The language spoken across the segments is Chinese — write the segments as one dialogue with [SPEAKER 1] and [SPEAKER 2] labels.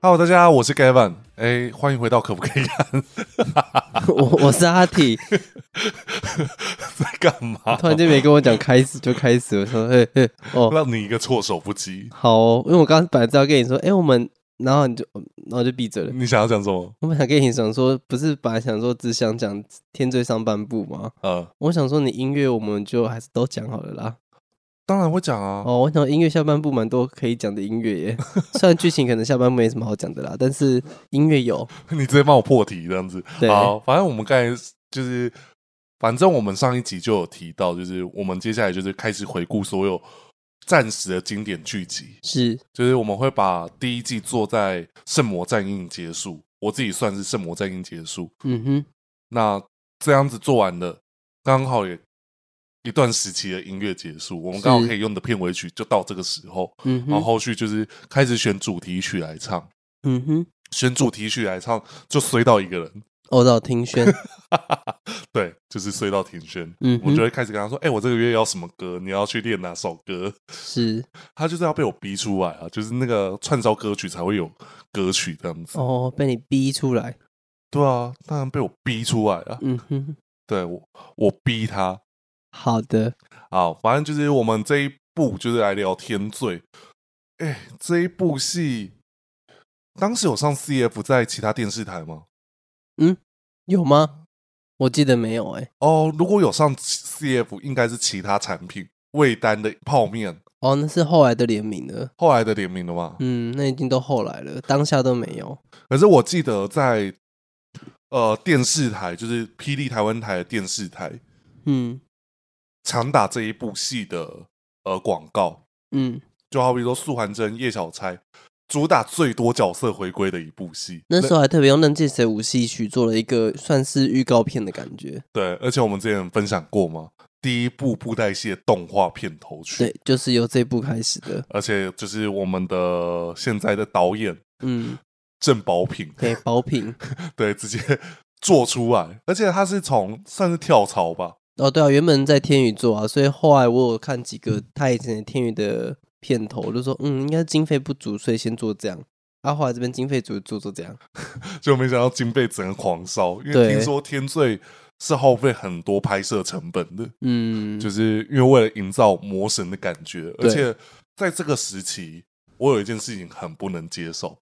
[SPEAKER 1] Hello，大家好，我是 Gavin，哎，欢迎回到可不可以 看？
[SPEAKER 2] 我我是阿 T，
[SPEAKER 1] 在干嘛？
[SPEAKER 2] 突然间没跟我讲开始就开始，我说嘿嘿哦
[SPEAKER 1] 让你一个措手不及。
[SPEAKER 2] 好哦，因为我刚刚本来是要跟你说，哎、我们，然后你就然后就闭嘴了。
[SPEAKER 1] 你想要讲什么？
[SPEAKER 2] 我本来跟你想说，不是本来想说只想讲天罪上半部吗？
[SPEAKER 1] 呃，
[SPEAKER 2] 我想说你音乐我们就还是都讲好了啦。
[SPEAKER 1] 当然会讲啊。
[SPEAKER 2] 哦，我想音乐下半部蛮多可以讲的音乐耶，虽然剧情可能下半部没什么好讲的啦，但是音乐有。
[SPEAKER 1] 你直接帮我破题这样子。
[SPEAKER 2] 对
[SPEAKER 1] 好，反正我们刚才就是，反正我们上一集就有提到，就是我们接下来就是开始回顾所有暂时的经典剧集，
[SPEAKER 2] 是
[SPEAKER 1] 就是我们会把第一季做在圣魔战印结束，我自己算是圣魔战印结束。
[SPEAKER 2] 嗯哼，
[SPEAKER 1] 那这样子做完了，刚好也一段时期的音乐结束，我们
[SPEAKER 2] 是
[SPEAKER 1] 刚好可以用的片尾曲就到这个时候，
[SPEAKER 2] 嗯
[SPEAKER 1] 然后
[SPEAKER 2] 哼，
[SPEAKER 1] 后续就是开始选主题曲来唱，
[SPEAKER 2] 嗯哼，哦
[SPEAKER 1] 选主题曲来唱就衰到一个人，
[SPEAKER 2] 我到听轩，
[SPEAKER 1] 对，就是衰到庭轩。
[SPEAKER 2] 嗯
[SPEAKER 1] 我就
[SPEAKER 2] 哼，
[SPEAKER 1] 会开始跟他说：“哎、我这个月要什么歌？你要去练哪首歌
[SPEAKER 2] 是？”
[SPEAKER 1] 他就是要被我逼出来啊，就是那个串烧歌曲才会有歌曲这样子。
[SPEAKER 2] 哦，被你逼出来，
[SPEAKER 1] 对啊，当然被我逼出来啊。
[SPEAKER 2] 嗯哼。
[SPEAKER 1] 对我，我逼他，
[SPEAKER 2] 好的，
[SPEAKER 1] 好，反正就是我们这一部就是来聊《天罪》。哎，这一部戏当时有上 CF 在其他电视台吗？
[SPEAKER 2] 有吗？我记得没有哎、
[SPEAKER 1] 哦，如果有上 CF，应该是其他产品味丹的泡面
[SPEAKER 2] 哦，那是后来的联名了。
[SPEAKER 1] 后来的联名的嘛。
[SPEAKER 2] 嗯，那已经都后来了，当下都没有。
[SPEAKER 1] 可是我记得在呃电视台，就是霹雳台湾台的电视台，
[SPEAKER 2] 嗯
[SPEAKER 1] 常打这一部戏的呃广告，
[SPEAKER 2] 嗯，
[SPEAKER 1] 就好比说素还真、叶小钗，主打最多角色回归的一部戏。
[SPEAKER 2] 那时候还特别用《任剑谁五戏曲》做了一个算是预告片的感觉。
[SPEAKER 1] 对，而且我们之前分享过嘛，第一部布袋戏的动画片头曲，
[SPEAKER 2] 对，就是由这部开始的。
[SPEAKER 1] 而且就是我们的现在的导演
[SPEAKER 2] 嗯，
[SPEAKER 1] 郑宝品，
[SPEAKER 2] 对，宝品。
[SPEAKER 1] 对，直接 做出来，而且他是从算是跳槽吧，
[SPEAKER 2] 哦，对啊，原本在天宇做啊，所以后来我有看几个他以前的天宇的片头，我就说嗯，应该经费不足，所以先做这样。啊，后来这边经费足，做做这样。
[SPEAKER 1] 就没想到经费整个狂烧，因为
[SPEAKER 2] 对
[SPEAKER 1] 听说《天罪》是耗费很多拍摄成本的，
[SPEAKER 2] 嗯，
[SPEAKER 1] 就是因为为了营造魔神的感觉，而
[SPEAKER 2] 对
[SPEAKER 1] 且在这个时期，我有一件事情很不能接受。
[SPEAKER 2] 嗯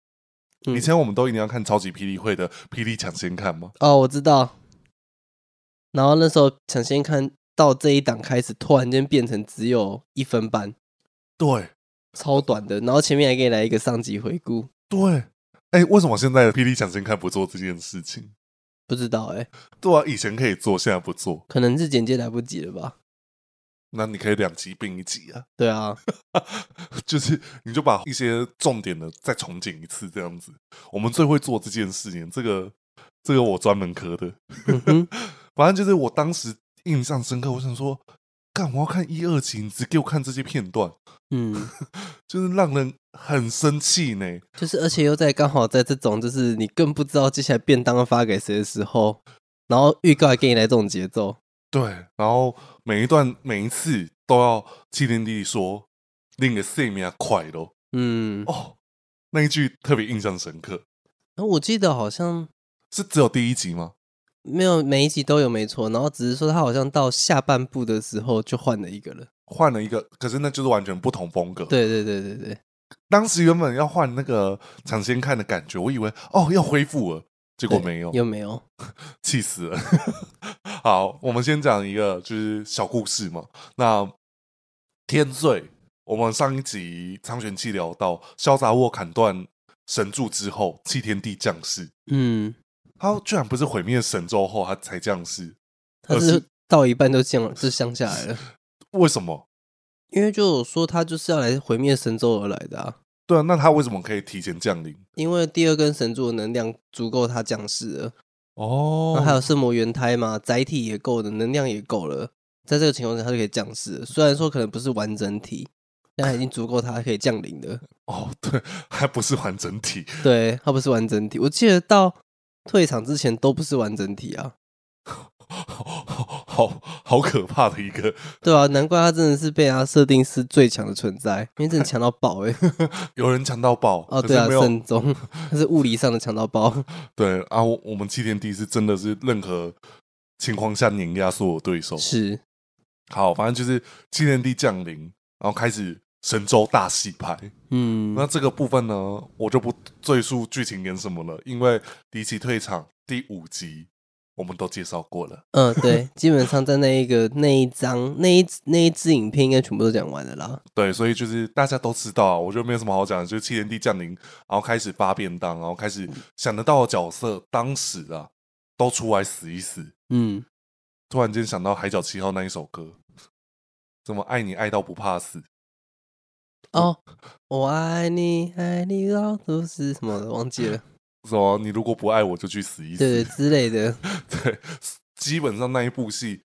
[SPEAKER 1] 以前我们都一定要看超级霹雳会的霹雳抢先看吗？
[SPEAKER 2] 哦，我知道。然后那时候抢先看到这一档开始，突然间变成只有一分半，
[SPEAKER 1] 对，
[SPEAKER 2] 超短的。然后前面还给你来一个上集回顾，
[SPEAKER 1] 对，哎，为什么现在的霹雳抢先看不做这件事情？
[SPEAKER 2] 不知道哎、
[SPEAKER 1] 对啊，以前可以做，现在不做，
[SPEAKER 2] 可能是简介来不及了吧？
[SPEAKER 1] 那你可以两集并一集啊，
[SPEAKER 2] 对啊，
[SPEAKER 1] 就是你就把一些重点的再重剪一次，这样子。我们最会做这件事情，这个这个我专门科的。
[SPEAKER 2] 嗯哼，
[SPEAKER 1] 反正就是我当时印象深刻，我想说，干我要看一二集，你只给我看这些片段，
[SPEAKER 2] 嗯，
[SPEAKER 1] 就是让人很生气呢。
[SPEAKER 2] 就是而且又在刚好在这种就是你更不知道接下来便当要发给谁的时候，然后预告还给你来这种节奏，
[SPEAKER 1] 对，然后每一段每一次都要七天弟弟说令个生命快乐。
[SPEAKER 2] 嗯，
[SPEAKER 1] 哦，那一句特别印象深刻，
[SPEAKER 2] 然后我记得好像
[SPEAKER 1] 是只有第一集吗？
[SPEAKER 2] 没有每一集都有没错，然后只是说他好像到下半部的时候就换了一个了。
[SPEAKER 1] 换了一个，可是那就是完全不同风格。，
[SPEAKER 2] 对对对对对，
[SPEAKER 1] 当时原本要换那个抢先看的感觉，我以为哦要恢复了，结果
[SPEAKER 2] 对
[SPEAKER 1] 没有，
[SPEAKER 2] 又没有，
[SPEAKER 1] 气死了。 好，我们先讲一个就是小故事嘛。那天罪，我们上一集苍玄气聊到潇洒沃砍断神柱之后，弃天地降世，
[SPEAKER 2] 嗯，
[SPEAKER 1] 他居然不是毁灭神咒后他才降世，
[SPEAKER 2] 他
[SPEAKER 1] 而是
[SPEAKER 2] 是到一半就降就降下来了，
[SPEAKER 1] 为什么？
[SPEAKER 2] 因为就有说他就是要来毁灭神咒而来的啊，
[SPEAKER 1] 对啊，那他为什么可以提前降临？
[SPEAKER 2] 因为第二根神柱的能量足够他降世了，
[SPEAKER 1] 哦
[SPEAKER 2] 然后还有圣魔元胎嘛，载体也够了，能量也够了，在这个情况下他就可以降世了，虽然说可能不是完整体。但他已经足够，他可以降临 的。
[SPEAKER 1] 哦，对，还不是完整体，
[SPEAKER 2] 对，他不是完整体。我记得到退场之前都不是完整体啊。
[SPEAKER 1] 好好好可怕的一个。
[SPEAKER 2] 对啊，难怪他真的是被他设定是最强的存在，因为真的强到爆哎、
[SPEAKER 1] 有人强到爆，
[SPEAKER 2] 哦，
[SPEAKER 1] 可
[SPEAKER 2] 对
[SPEAKER 1] 是
[SPEAKER 2] 啊，
[SPEAKER 1] 没有
[SPEAKER 2] 慎 终，他是物理上的强到爆。
[SPEAKER 1] 对啊，我我们七天地是真的是任何情况下碾压所有对手。
[SPEAKER 2] 是，
[SPEAKER 1] 好，反正就是七天地降临，然后开始神州大戏拍。
[SPEAKER 2] 嗯
[SPEAKER 1] 那，这个部分呢，我就不赘述剧情演什么了，因为离奇退场第五集我们都介绍过了。
[SPEAKER 2] 嗯，对，基本上在那一个那一章那一那一支影片应该全部都讲完了啦。
[SPEAKER 1] 对，所以就是大家都知道啊，我觉得没有什么好讲的，就是七天地降临，然后开始发便当，然后开始想得到的角色，当时啊都出来死一死。
[SPEAKER 2] 嗯，
[SPEAKER 1] 突然间想到《海角七号》那一首歌，怎么爱你爱到不怕死？
[SPEAKER 2] 哦，我爱你，爱你到都是什么的，忘记了，
[SPEAKER 1] 什么你如果不爱我就去死一死？
[SPEAKER 2] 对之类的。
[SPEAKER 1] 对，基本上那一部戏，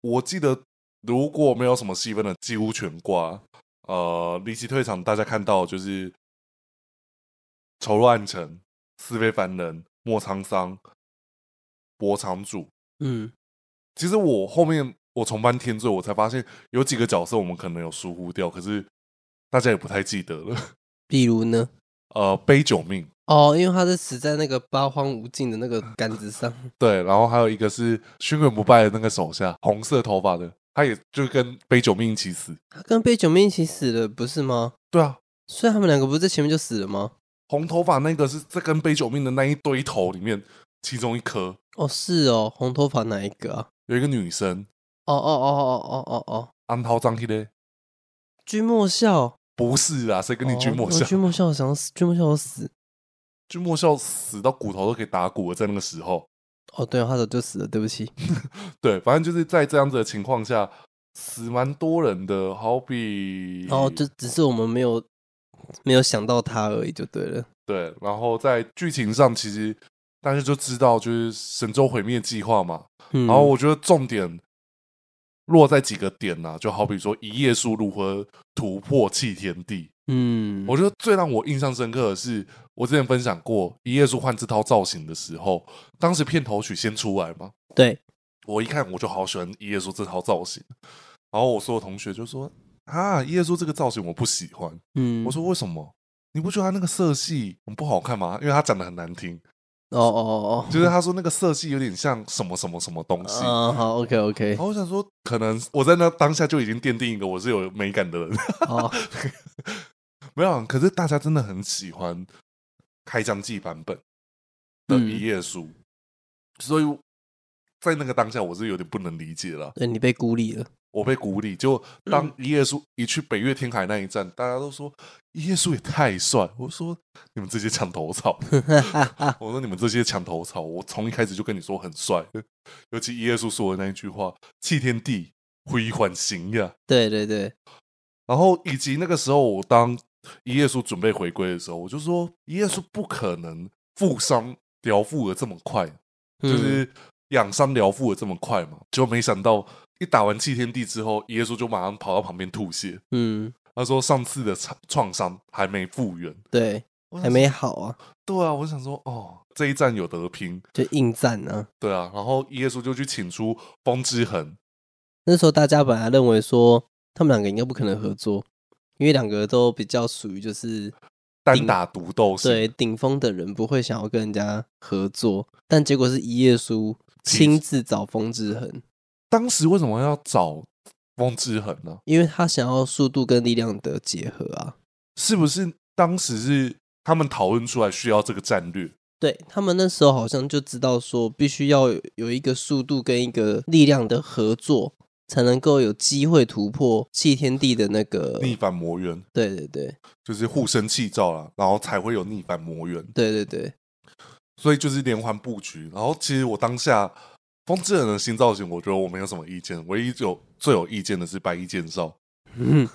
[SPEAKER 1] 我记得如果没有什么戏份的，几乎全挂。呃，离奇退场，大家看到就是丑陋暗沉、是非凡人、莫沧桑、博长主。
[SPEAKER 2] 嗯，
[SPEAKER 1] 其实我后面我重翻天罪，我才发现有几个角色我们可能有疏忽掉，可是大家也不太记得了。
[SPEAKER 2] 比如呢？
[SPEAKER 1] 呃，杯酒命
[SPEAKER 2] 哦，因为他是死在那个八荒无尽的那个杆子上。
[SPEAKER 1] 对，然后还有一个是勋滚不败的那个手下，红色头发的，他也就跟杯酒命一起死。
[SPEAKER 2] 他跟被九命一起死了，不是吗？
[SPEAKER 1] 对啊，
[SPEAKER 2] 所以他们两个不是在前面就死了吗？
[SPEAKER 1] 红头发那个是在跟杯酒命的那一堆头里面其中一颗，
[SPEAKER 2] 哦，是哦，红头发哪一个啊？
[SPEAKER 1] 有一个女生
[SPEAKER 2] 哦哦哦哦哦哦哦，
[SPEAKER 1] 安涛张希嘞，
[SPEAKER 2] 君莫笑，
[SPEAKER 1] 不是啊，谁跟你
[SPEAKER 2] 哦
[SPEAKER 1] 君莫
[SPEAKER 2] 我
[SPEAKER 1] 笑？
[SPEAKER 2] 君莫笑，我想死，君莫笑我死。
[SPEAKER 1] 君莫笑死到骨头都可以打鼓了，在那个时候，
[SPEAKER 2] 哦，对哦，他早就死了，对 不起。
[SPEAKER 1] 对，反正就是在这样子的情况下，死蛮多人的，好比
[SPEAKER 2] 然后哦就只是我们没有没有想到他而已，就对了。
[SPEAKER 1] 对，然后在剧情上其实大家就知道就是神州毁灭计划嘛，
[SPEAKER 2] 嗯，
[SPEAKER 1] 然后我觉得重点落在几个点呐、就好比说一页书如何突破弃天地。
[SPEAKER 2] 嗯，
[SPEAKER 1] 我觉得最让我印象深刻的是，我之前分享过一页书换这套造型的时候，当时片头曲先出来嘛，
[SPEAKER 2] 对，
[SPEAKER 1] 我一看我就好喜欢一页书这套造型，然后我所有同学就说啊，一页书这个造型我不喜欢，
[SPEAKER 2] 嗯，
[SPEAKER 1] 我说为什么？你不觉得他那个色系很不好看吗？因为他讲的很难听，
[SPEAKER 2] 哦哦哦
[SPEAKER 1] 就是他说那个色系有点像什么什么什么东西，
[SPEAKER 2] 哦，啊，好，OK
[SPEAKER 1] 然
[SPEAKER 2] OK，
[SPEAKER 1] 后我想说，可能我在那当下就已经奠定一个我是有美感的人，
[SPEAKER 2] 好，
[SPEAKER 1] 没有。啊可是大家真的很喜欢开张季版本的
[SPEAKER 2] 嗯
[SPEAKER 1] 一页书，所以在那个当下我是有点不能理解了。
[SPEAKER 2] 对你被孤立了，
[SPEAKER 1] 我被鼓励，就当一页书一去北岳天海那一站，大家都说一页书也太帅。我说你们这些墙头 草，我说你们这些墙头草，我从一开始就跟你说很帅。 尤其一页书说的那一句话：“弃天地，挥还行呀。”
[SPEAKER 2] 对对对，
[SPEAKER 1] 然后以及那个时候，我当一页书准备回归的时候，我就说一页书不可能负伤疗复的这么快，啊就
[SPEAKER 2] 嗯
[SPEAKER 1] 是养伤疗复的这么快嘛。结果没想到一打完弃天地之后，一页书就马上跑到旁边吐血。
[SPEAKER 2] 嗯，
[SPEAKER 1] 他说上次的创创伤还没复原，
[SPEAKER 2] 对，
[SPEAKER 1] 我
[SPEAKER 2] 还
[SPEAKER 1] 想
[SPEAKER 2] 没好啊，
[SPEAKER 1] 对啊，我想说哦，这一战有得拼，
[SPEAKER 2] 就应战啊。
[SPEAKER 1] 对啊。然后一页书就去请出风之痕，
[SPEAKER 2] 那时候大家本来认为说他们两个应该不可能合作，因为两个都比较属于就是
[SPEAKER 1] 单打独斗型，
[SPEAKER 2] 对顶峰的人不会想要跟人家合作，但结果是一页书
[SPEAKER 1] 其
[SPEAKER 2] 亲自找风之痕，
[SPEAKER 1] 当时为什么要找风之痕呢？
[SPEAKER 2] 因为他想要速度跟力量的结合啊。
[SPEAKER 1] 是不是当时是他们讨论出来需要这个战略？
[SPEAKER 2] 对他们那时候好像就知道说，必须要有有一个速度跟一个力量的合作，才能够有机会突破弃天地的那个。
[SPEAKER 1] 逆反魔缘
[SPEAKER 2] 对对对
[SPEAKER 1] 就是互生气照啦，然后才会有逆反魔缘，
[SPEAKER 2] 对对对，
[SPEAKER 1] 所以就是连环布局。然后其实我当下风之人的新造型，我觉得我没有什么意见，唯一有最有意见的是白衣剑少。
[SPEAKER 2] 嗯，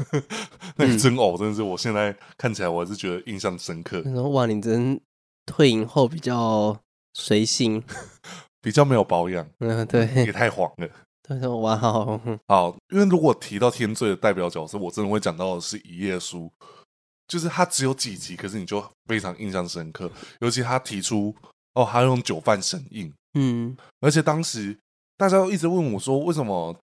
[SPEAKER 1] 那个
[SPEAKER 2] 嗯
[SPEAKER 1] 真偶真的是，我现在看起来我还是觉得印象深刻，
[SPEAKER 2] 他说哇，你真退隐后比较随性。
[SPEAKER 1] 比较没有保养，
[SPEAKER 2] 嗯，
[SPEAKER 1] 也
[SPEAKER 2] 对，
[SPEAKER 1] 太黄了。
[SPEAKER 2] 他说哇哦，
[SPEAKER 1] 好，因为如果提到天罪的代表角色，我真的会讲到的是一页书，就是他只有几集，可是你就非常印象深刻。尤其他提出哦，他用酒饭神印，
[SPEAKER 2] 嗯
[SPEAKER 1] 而且当时大家都一直问我说，为什么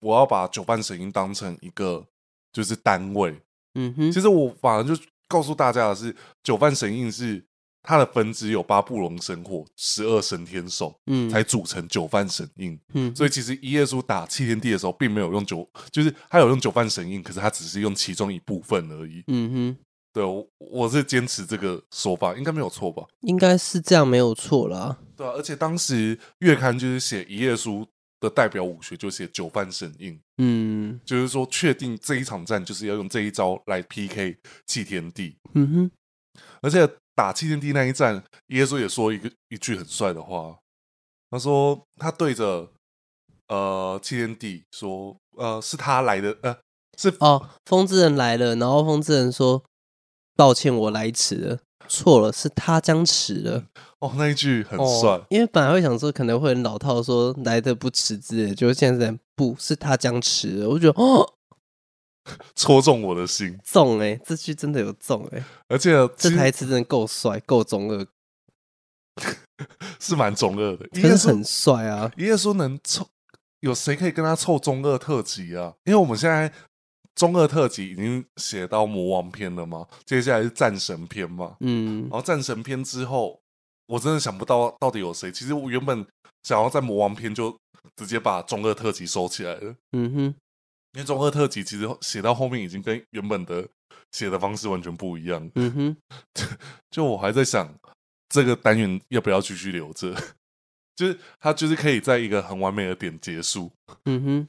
[SPEAKER 1] 我要把九半神鹰当成一个就是单位？
[SPEAKER 2] 嗯哼，
[SPEAKER 1] 其实我反而就告诉大家的是，九半神印是它的分支有八部龙神火、十二神天手，
[SPEAKER 2] 嗯
[SPEAKER 1] 才组成九半神印。
[SPEAKER 2] 嗯
[SPEAKER 1] 所以其实一页书打七天地的时候，并没有用九，就是他有用九半神印，可是他只是用其中一部分而已。
[SPEAKER 2] 嗯哼，
[SPEAKER 1] 对，我我是坚持这个说法，应该没有错吧？
[SPEAKER 2] 应该是这样没有错啦。
[SPEAKER 1] 对啊，而且当时月刊就是写一页书的代表武学，就写九半神印，
[SPEAKER 2] 嗯
[SPEAKER 1] 就是说确定这一场战就是要用这一招来 PK 弃天地。
[SPEAKER 2] 嗯哼，
[SPEAKER 1] 而且打七天地那一战，耶稣也说一个一句很帅的话，他说他对着呃七天地说，呃是他来的，呃是
[SPEAKER 2] 哦，风之人来了，然后风之人说：“抱歉，我来迟了，错了，是他将迟了。
[SPEAKER 1] 哦那一句很
[SPEAKER 2] 哦
[SPEAKER 1] 帅，
[SPEAKER 2] 因为本来会想说可能会很老套，说来的不迟之类的，就现在不是他将迟了。我就觉得哦，
[SPEAKER 1] 戳中我的心，
[SPEAKER 2] 中哎、这句真的有中哎、
[SPEAKER 1] 而且其
[SPEAKER 2] 这
[SPEAKER 1] 实
[SPEAKER 2] 台词真的够帅，够中二，
[SPEAKER 1] 是蛮中二的，耶
[SPEAKER 2] 可是
[SPEAKER 1] 稣
[SPEAKER 2] 很帅啊。
[SPEAKER 1] 耶稣能凑，有谁可以跟他凑中二特辑啊？因为我们现在。中二特辑已经写到魔王篇了嘛，接下来是战神篇嘛，
[SPEAKER 2] 嗯
[SPEAKER 1] 然后战神篇之后，我真的想不到到底有谁。其实我原本想要在魔王篇就直接把中二特辑收起来了，
[SPEAKER 2] 嗯哼，
[SPEAKER 1] 因为中二特辑其实写到后面已经跟原本的写的方式完全不一样。
[SPEAKER 2] 嗯哼，
[SPEAKER 1] 就我还在想这个单元要不要继续留着， 就是它就是可以在一个很完美的点结束。
[SPEAKER 2] 嗯哼，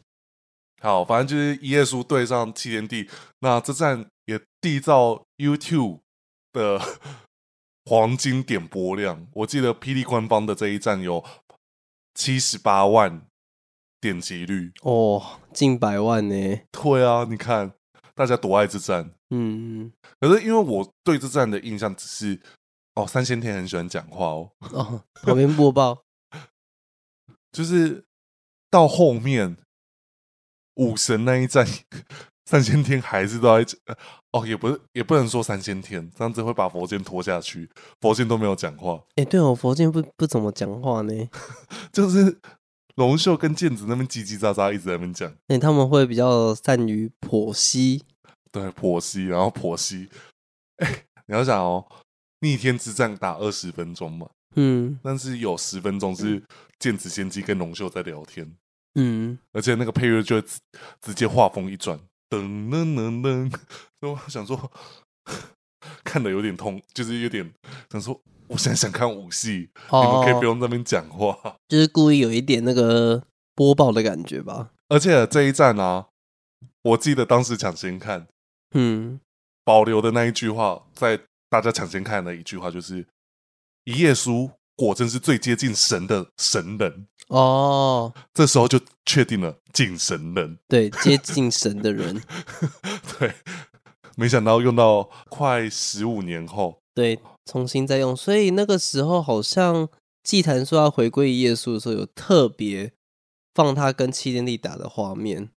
[SPEAKER 1] 好，反正就是一页书对上七天地，那这站也缔造 YouTube 的 黄金点播量。我记得霹雳官方的这一站有七十八万点击率。
[SPEAKER 2] 哦，近百万欸呢、
[SPEAKER 1] 对啊，你看大家多爱这站。
[SPEAKER 2] 嗯，
[SPEAKER 1] 可是因为我对这站的印象只是哦，三先天很喜欢讲话哦，
[SPEAKER 2] 哦，旁边播报，
[SPEAKER 1] 就是到后面武神那一战，三千天还是都在讲呃哦，也不是也不能说三千天，这样子会把佛剑拖下去。佛剑都没有讲话，
[SPEAKER 2] 哎、对哦，佛剑不不怎么讲话呢，
[SPEAKER 1] 就是龙秀跟剑子那边叽叽喳喳一直在那边讲，
[SPEAKER 2] 哎、他们会比较善于剖析，
[SPEAKER 1] 对婆媳，然后婆媳，哎，你要想哦，逆天之战打二十分钟嘛，
[SPEAKER 2] 嗯
[SPEAKER 1] 但是有十分钟是剑子仙姬跟龙秀在聊天，
[SPEAKER 2] 嗯，
[SPEAKER 1] 而且那个配乐就会直直接画风一转，噔噔噔噔， 所以我想说， 看的有点痛，就是有点想说，我想想看武戏，你们可以不用在那边讲话。
[SPEAKER 2] 哦就是故意有一点那个播报的感觉吧，
[SPEAKER 1] 而且这一站啊，我记得当时抢先看
[SPEAKER 2] 嗯
[SPEAKER 1] 保留的那一句话，在大家抢先看的一句话就是：一页书果真是最接近神的神人。
[SPEAKER 2] 哦，
[SPEAKER 1] 这时候就确定了敬神人，
[SPEAKER 2] 对，接近神的人，
[SPEAKER 1] 对，没想到用到快十五年后，
[SPEAKER 2] 对，重新再用。所以那个时候好像祭坛说要回归一页书的时候，有特别放他跟七天地打的画面，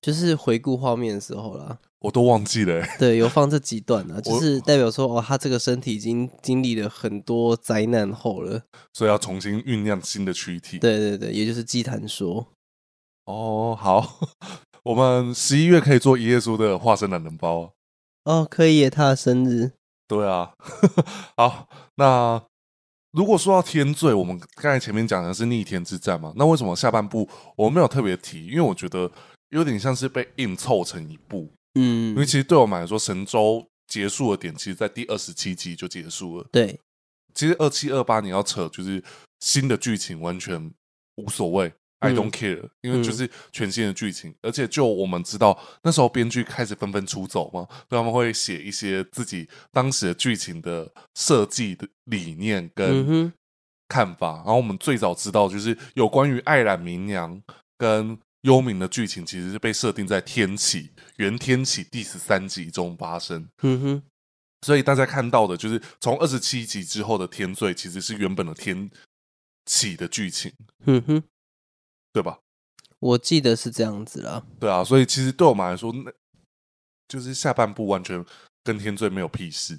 [SPEAKER 2] 就是回顾画面的时候啦。
[SPEAKER 1] 我都忘记了、欸。
[SPEAKER 2] 对，有放这几段啊，就
[SPEAKER 1] 我
[SPEAKER 2] 是代表说哦，他这个身体已经经历了很多灾难后了。
[SPEAKER 1] 所以要重新酝酿新的躯体。，
[SPEAKER 2] 对对对，也就是祭坛说，
[SPEAKER 1] 哦，好， 我们十一月可以做一页书的化身懒人包啊。
[SPEAKER 2] 哦，可以耶，他的生日，
[SPEAKER 1] 对啊， 好，那如果说到天罪，我们刚才前面讲的是逆天之战嘛，那为什么下半部我们没有特别提？因为我觉得有点像是被硬凑成一部，因为
[SPEAKER 2] 嗯，
[SPEAKER 1] 其实对我们来说，神州结束的点，其实在第二十七集就结束了。
[SPEAKER 2] 对，
[SPEAKER 1] 其实二七二八你要扯就是新的剧情完全无所谓、i
[SPEAKER 2] 嗯
[SPEAKER 1] don't care，因为就是全新的剧情，而且就我们知道那时候编剧开始纷纷出走嘛，所以他们会写一些自己当时的剧情的设计的理念
[SPEAKER 2] 嗯
[SPEAKER 1] 跟
[SPEAKER 2] 哼，
[SPEAKER 1] 看法。然后我们最早知道就是有关于爱染明娘跟幽冥的剧情，其实是被设定在天启原天启第十三集中发生。
[SPEAKER 2] 嗯哼，
[SPEAKER 1] 所以大家看到的就是从二十七集之后的天罪，其实是原本的天启的剧情，
[SPEAKER 2] 嗯哼，
[SPEAKER 1] 对吧？
[SPEAKER 2] 我记得是这样子啦。
[SPEAKER 1] 对啊，所以其实对我们来说，那就是下半部完全跟天罪没有屁事。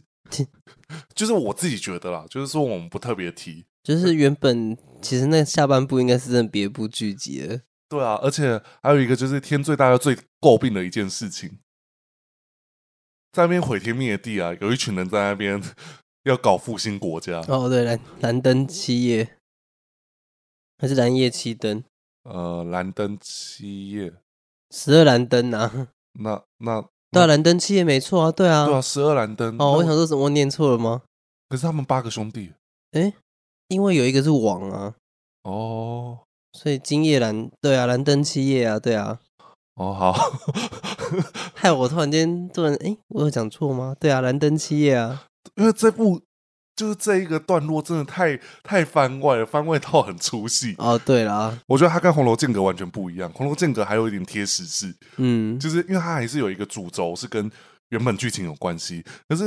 [SPEAKER 1] 就是我自己觉得啦，就是说我们不特别提，
[SPEAKER 2] 就是原本其实那下半部应该是真的别部剧集了，
[SPEAKER 1] 对啊，而且还有一个就是天最大家最诟病的一件事情，在那边毁天灭地啊，有一群人在那边 要搞复兴国家，
[SPEAKER 2] 哦，对，蓝蓝灯七夜，还是蓝夜七灯，
[SPEAKER 1] 呃，蓝灯七夜，
[SPEAKER 2] 十二蓝灯啊，
[SPEAKER 1] 那那
[SPEAKER 2] 对啊，蓝灯七夜没错啊，对
[SPEAKER 1] 嗯
[SPEAKER 2] 啊，
[SPEAKER 1] 对啊，十二蓝灯
[SPEAKER 2] 哦，我想
[SPEAKER 1] 说，
[SPEAKER 2] 说什么我念错了吗？
[SPEAKER 1] 可是他们八个兄弟
[SPEAKER 2] 因为有一个是王啊，
[SPEAKER 1] 哦
[SPEAKER 2] 所以今夜蓝，对啊，蓝灯七夜啊，对啊，
[SPEAKER 1] 哦好，
[SPEAKER 2] 害我突然间突然，哎，我有讲错吗？对啊，蓝灯七夜啊，
[SPEAKER 1] 因为这部就是这一个段落真的太太番外了，番外到很出戏。
[SPEAKER 2] 哦，对啦，
[SPEAKER 1] 我觉得它跟《红楼剑阁》完全不一样，《红楼剑阁》还有一点贴实事，
[SPEAKER 2] 嗯，
[SPEAKER 1] 就是因为它还是有一个主轴是跟原本剧情有关系，可是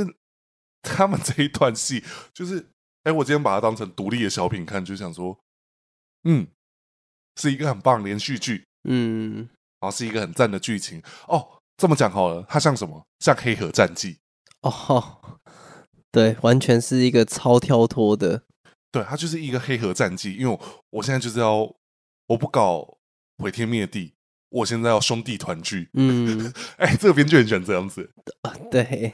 [SPEAKER 1] 他们这一段戏就是，哎、我今天把它当成独立的小品看，就想说，嗯，是一个很棒的连续剧，
[SPEAKER 2] 嗯，
[SPEAKER 1] 然后是一个很赞的剧情。哦，这么讲好了，它像什么？像《黑河战记》。
[SPEAKER 2] 哦， 对，完全是一个超跳脱的，
[SPEAKER 1] 对，它就是一个黑盒战绩。因为我我现在就是要，我不搞毁天灭地，我现在要兄弟团聚。
[SPEAKER 2] 嗯，啊
[SPEAKER 1] 哎，这个编剧很喜欢这样子，
[SPEAKER 2] 对，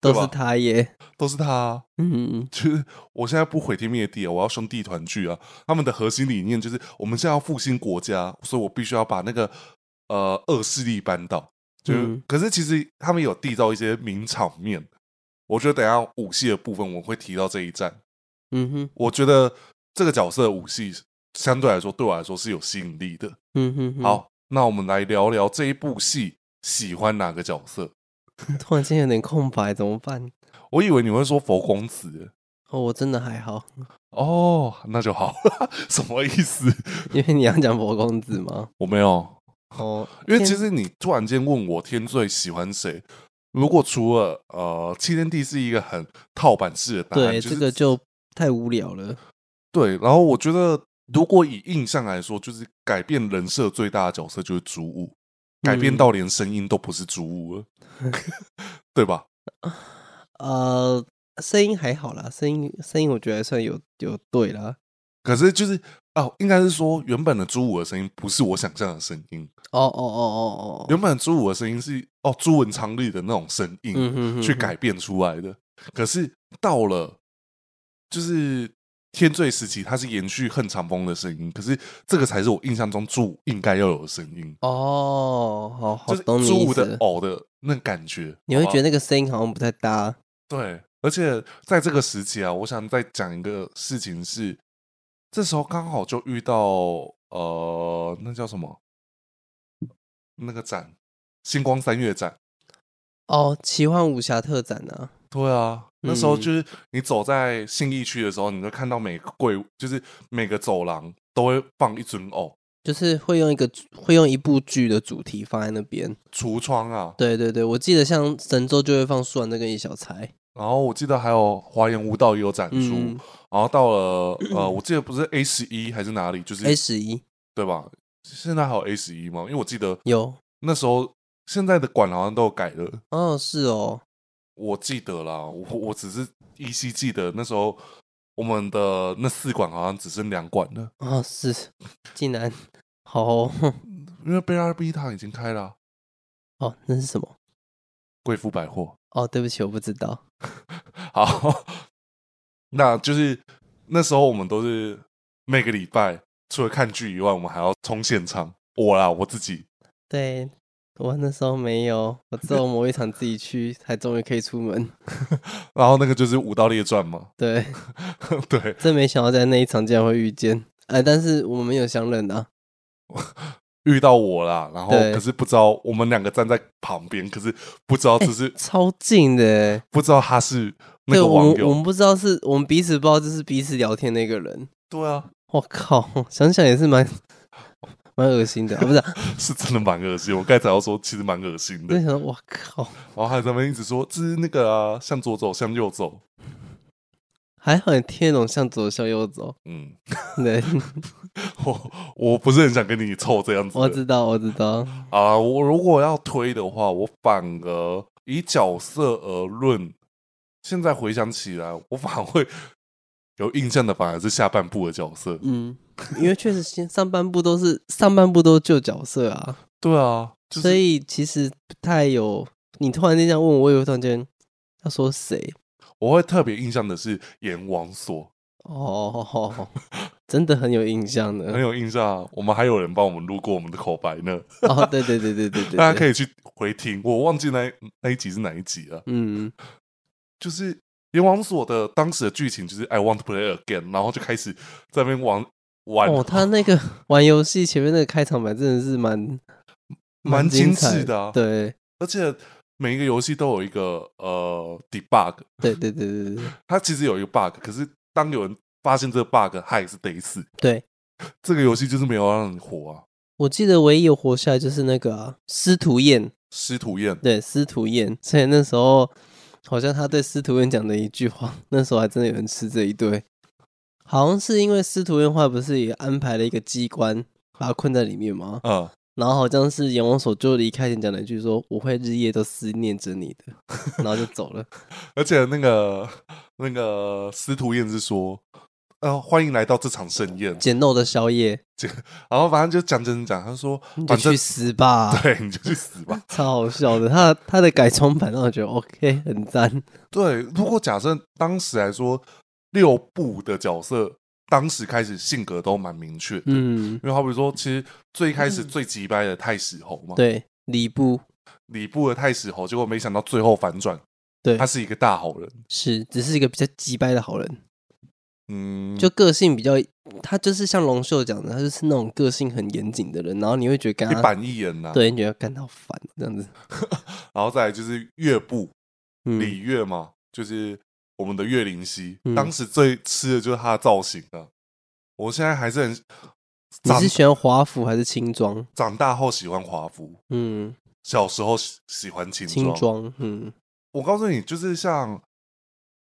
[SPEAKER 2] 都
[SPEAKER 1] 吧
[SPEAKER 2] 是他耶，
[SPEAKER 1] 都是他啊、
[SPEAKER 2] 嗯，
[SPEAKER 1] 就是我现在不毁天灭地啊，我要兄弟团聚啊。他们的核心理念就是，我们现在要复兴国家，所以我必须要把那个呃恶势力扳倒。就是，
[SPEAKER 2] 嗯
[SPEAKER 1] 可是其实他们有缔造一些名场面。我觉得等一下武戏的部分我会提到这一战。
[SPEAKER 2] 嗯哼，
[SPEAKER 1] 我觉得这个角色的武戏相对来说对我来说是有吸引力的。
[SPEAKER 2] 嗯哼哼，
[SPEAKER 1] 好，那我们来聊聊这一部戏喜欢哪个角色。
[SPEAKER 2] 突然间有点空白，怎么办？
[SPEAKER 1] 我以为你会说佛公子
[SPEAKER 2] 哦，我真的还好，
[SPEAKER 1] 哦，那就好。 什么意思？
[SPEAKER 2] 因为你要讲佛公子吗？
[SPEAKER 1] 我没有，
[SPEAKER 2] 哦，
[SPEAKER 1] 因为
[SPEAKER 2] 天
[SPEAKER 1] 其实你突然间问我天罪喜欢谁，如果除了呃七天地是一个很套版式的答案，
[SPEAKER 2] 对
[SPEAKER 1] 就是
[SPEAKER 2] 这个就太无聊了，
[SPEAKER 1] 对。然后我觉得，如果以印象来说，就是改变人设最大的角色就是朱武，改变
[SPEAKER 2] 嗯
[SPEAKER 1] 到连声音都不是朱武了， 对吧？
[SPEAKER 2] 呃，声音还好啦，声音声音我觉得还算有有对啦，
[SPEAKER 1] 可是就是哦，应该是说原本的朱武的声音不是我想象的声音，
[SPEAKER 2] 哦哦哦哦哦，
[SPEAKER 1] 原本的朱武的声音是哦朱文昌利的那种声音、
[SPEAKER 2] 嗯哼哼，
[SPEAKER 1] 去改变出来的。可是到了就是天罪时期，它是延续恨长风的声音，可是这个才是我印象中朱武应该要有的声音，
[SPEAKER 2] 哦，好好
[SPEAKER 1] 就是
[SPEAKER 2] 懂你
[SPEAKER 1] 朱
[SPEAKER 2] 意
[SPEAKER 1] 武
[SPEAKER 2] 思
[SPEAKER 1] 的
[SPEAKER 2] 了，
[SPEAKER 1] 偶的那感觉，
[SPEAKER 2] 你会
[SPEAKER 1] 好吧啊
[SPEAKER 2] 觉得那个声音好像不太搭，
[SPEAKER 1] 对，而且在这个时期啊，我想再讲一个事情是，这时候刚好就遇到呃，那叫什么？那个展，星光三月展。
[SPEAKER 2] 哦，奇幻武侠特展啊，
[SPEAKER 1] 对啊，那时候
[SPEAKER 2] 嗯
[SPEAKER 1] 就是你走在信义区的时候，你会看到每个柜，就是每个走廊都会放一尊偶，
[SPEAKER 2] 就是会用一个会用一部剧的主题放在那边。
[SPEAKER 1] 橱窗啊。
[SPEAKER 2] 对对对，我记得像神州就会放苏完那跟一小才，
[SPEAKER 1] 然后我记得还有华研舞蹈也有展出，
[SPEAKER 2] 嗯
[SPEAKER 1] 然后到了呃，我记得不是 A 十一还是哪里，就是
[SPEAKER 2] ，A 十一
[SPEAKER 1] 对吧？现在还有 A 十一吗？因为我记得
[SPEAKER 2] 有
[SPEAKER 1] 那时候现在的馆好像都有改了，
[SPEAKER 2] 哦，是哦，
[SPEAKER 1] 我记得啦，我我只是依稀记得那时候我们的那四馆好像只剩两馆了，
[SPEAKER 2] 哦是，竟然好哦
[SPEAKER 1] 因为贝拉比塔已经开了啊、
[SPEAKER 2] 哦，那是什么？
[SPEAKER 1] 贵妇百货。
[SPEAKER 2] 哦，对不起，我不知道。
[SPEAKER 1] 好， 那就是那时候我们都是每个礼拜除了看剧以外，我们还要冲现场。我啦，我自己
[SPEAKER 2] 对我那时候没有，我只有某一场自己去，才终于可以出门。
[SPEAKER 1] 然后那个就是《武道列传》嘛，
[SPEAKER 2] 对，
[SPEAKER 1] 对，
[SPEAKER 2] 真没想到在那一场竟然会遇见。哎，但是我们没有相认啊。
[SPEAKER 1] 遇到我啦，然后
[SPEAKER 2] 对
[SPEAKER 1] 可是不知道我们两个站在旁边，可是不知道
[SPEAKER 2] 哎
[SPEAKER 1] 这是、
[SPEAKER 2] 超近的欸，
[SPEAKER 1] 不知道他是那
[SPEAKER 2] 对
[SPEAKER 1] 个
[SPEAKER 2] 我
[SPEAKER 1] 网
[SPEAKER 2] 们我
[SPEAKER 1] 友，
[SPEAKER 2] 们不知道是我们彼此不知道这是彼此聊天那个人。
[SPEAKER 1] 对啊，
[SPEAKER 2] 我靠，想想也是蛮蛮恶心的啊，不是啊、
[SPEAKER 1] 是真的蛮恶心。我刚才要说，其实蛮恶心
[SPEAKER 2] 我
[SPEAKER 1] 的
[SPEAKER 2] 就。想说，我靠，
[SPEAKER 1] 然后还在那边一直说，这是那个啊，向左走，向右走。
[SPEAKER 2] 还好你听得懂向左向右走。
[SPEAKER 1] 嗯，
[SPEAKER 2] 对，
[SPEAKER 1] 我我不是很想跟你凑这样子的。
[SPEAKER 2] 我知道，我知道。
[SPEAKER 1] 啊，我如果要推的话，我反而以角色而论，现在回想起来，我反而会有印象的，反而是下半部的角色。
[SPEAKER 2] 嗯，因为确实先上半部都是上半部都是旧角色啊，
[SPEAKER 1] 对啊，就是、
[SPEAKER 2] 所以其实不太有。你突然间这样问我，我也会突然间要说谁
[SPEAKER 1] 我会特别印象的是阎王锁，
[SPEAKER 2] 哦， 真的很有印象
[SPEAKER 1] 很
[SPEAKER 2] 的。
[SPEAKER 1] 有印象啊。我们还有人帮我们录过我们的口白呢，
[SPEAKER 2] 哦，对对对对对对，
[SPEAKER 1] 大家可
[SPEAKER 2] 以，
[SPEAKER 1] 以去回听。我忘记那那一集是哪一集了。
[SPEAKER 2] 嗯，
[SPEAKER 1] 就是阎王锁的当时的剧情就是 I want to play again，然后就开始在那边玩玩，
[SPEAKER 2] 哦，他那个 玩游戏前面那个开场白真的是蛮
[SPEAKER 1] 蛮精
[SPEAKER 2] 精彩
[SPEAKER 1] 致的、啊。，
[SPEAKER 2] 对
[SPEAKER 1] 而且每一个游戏都有一个呃 debug，
[SPEAKER 2] 对对对对对
[SPEAKER 1] 它其实有一个 bug，可是当有人发现这个 bug，他也是得死。
[SPEAKER 2] 对。
[SPEAKER 1] 这个游戏就是没有让你活啊，
[SPEAKER 2] 我记得唯一有活下来就是那个啊司徒燕，
[SPEAKER 1] 师徒宴
[SPEAKER 2] 对司徒燕，所以那时候好像他对司徒燕讲的一句话，那时候还真的有人吃这一对，好像是因为司徒燕后来不是也安排了一个机关把他困在里面吗？
[SPEAKER 1] 啊、
[SPEAKER 2] 然后好像是阎王所就离开前讲了一句说我会日夜都思念着你的，然后就走了。
[SPEAKER 1] 而且那个那个师徒宴是说。呃，欢迎来到这场盛宴。
[SPEAKER 2] 简陋的宵夜，
[SPEAKER 1] 然后反正就讲真讲，他说
[SPEAKER 2] 你，就
[SPEAKER 1] 反正
[SPEAKER 2] 去死吧。
[SPEAKER 1] 对你就去死 吧。
[SPEAKER 2] 超好笑的。他他的改装版让我觉得 OK 很赞，
[SPEAKER 1] 对，如果假设当时来说，六部的角色当时开始性格都蛮明确，因
[SPEAKER 2] 嗯，
[SPEAKER 1] 为好比说，其实最开始最急掰的太史侯嘛，，
[SPEAKER 2] 对，礼部
[SPEAKER 1] 礼部的太史侯，结果没想到最后反转，
[SPEAKER 2] 对
[SPEAKER 1] 他是一个大好人，
[SPEAKER 2] 是只是一个比较鸡掰的好人，
[SPEAKER 1] 嗯，
[SPEAKER 2] 就个性比较，他就是像龙秀讲的，他就是那种个性很严谨的人，然后你会觉得跟
[SPEAKER 1] 一
[SPEAKER 2] 他
[SPEAKER 1] 板一眼呐、，
[SPEAKER 2] 对，你觉得干到烦这样子，
[SPEAKER 1] 然后再来就是乐部
[SPEAKER 2] 嗯
[SPEAKER 1] 礼乐嘛，就是我们的岳灵溪，
[SPEAKER 2] 嗯
[SPEAKER 1] 当时最吃的就是他的造型啊，我现在还是很
[SPEAKER 2] 你
[SPEAKER 1] 长
[SPEAKER 2] 是喜欢华服还是轻装？
[SPEAKER 1] 长大后喜欢华服，
[SPEAKER 2] 嗯，
[SPEAKER 1] 小时候喜喜欢轻
[SPEAKER 2] 轻
[SPEAKER 1] 装。
[SPEAKER 2] 装，嗯
[SPEAKER 1] 我告诉你，就是像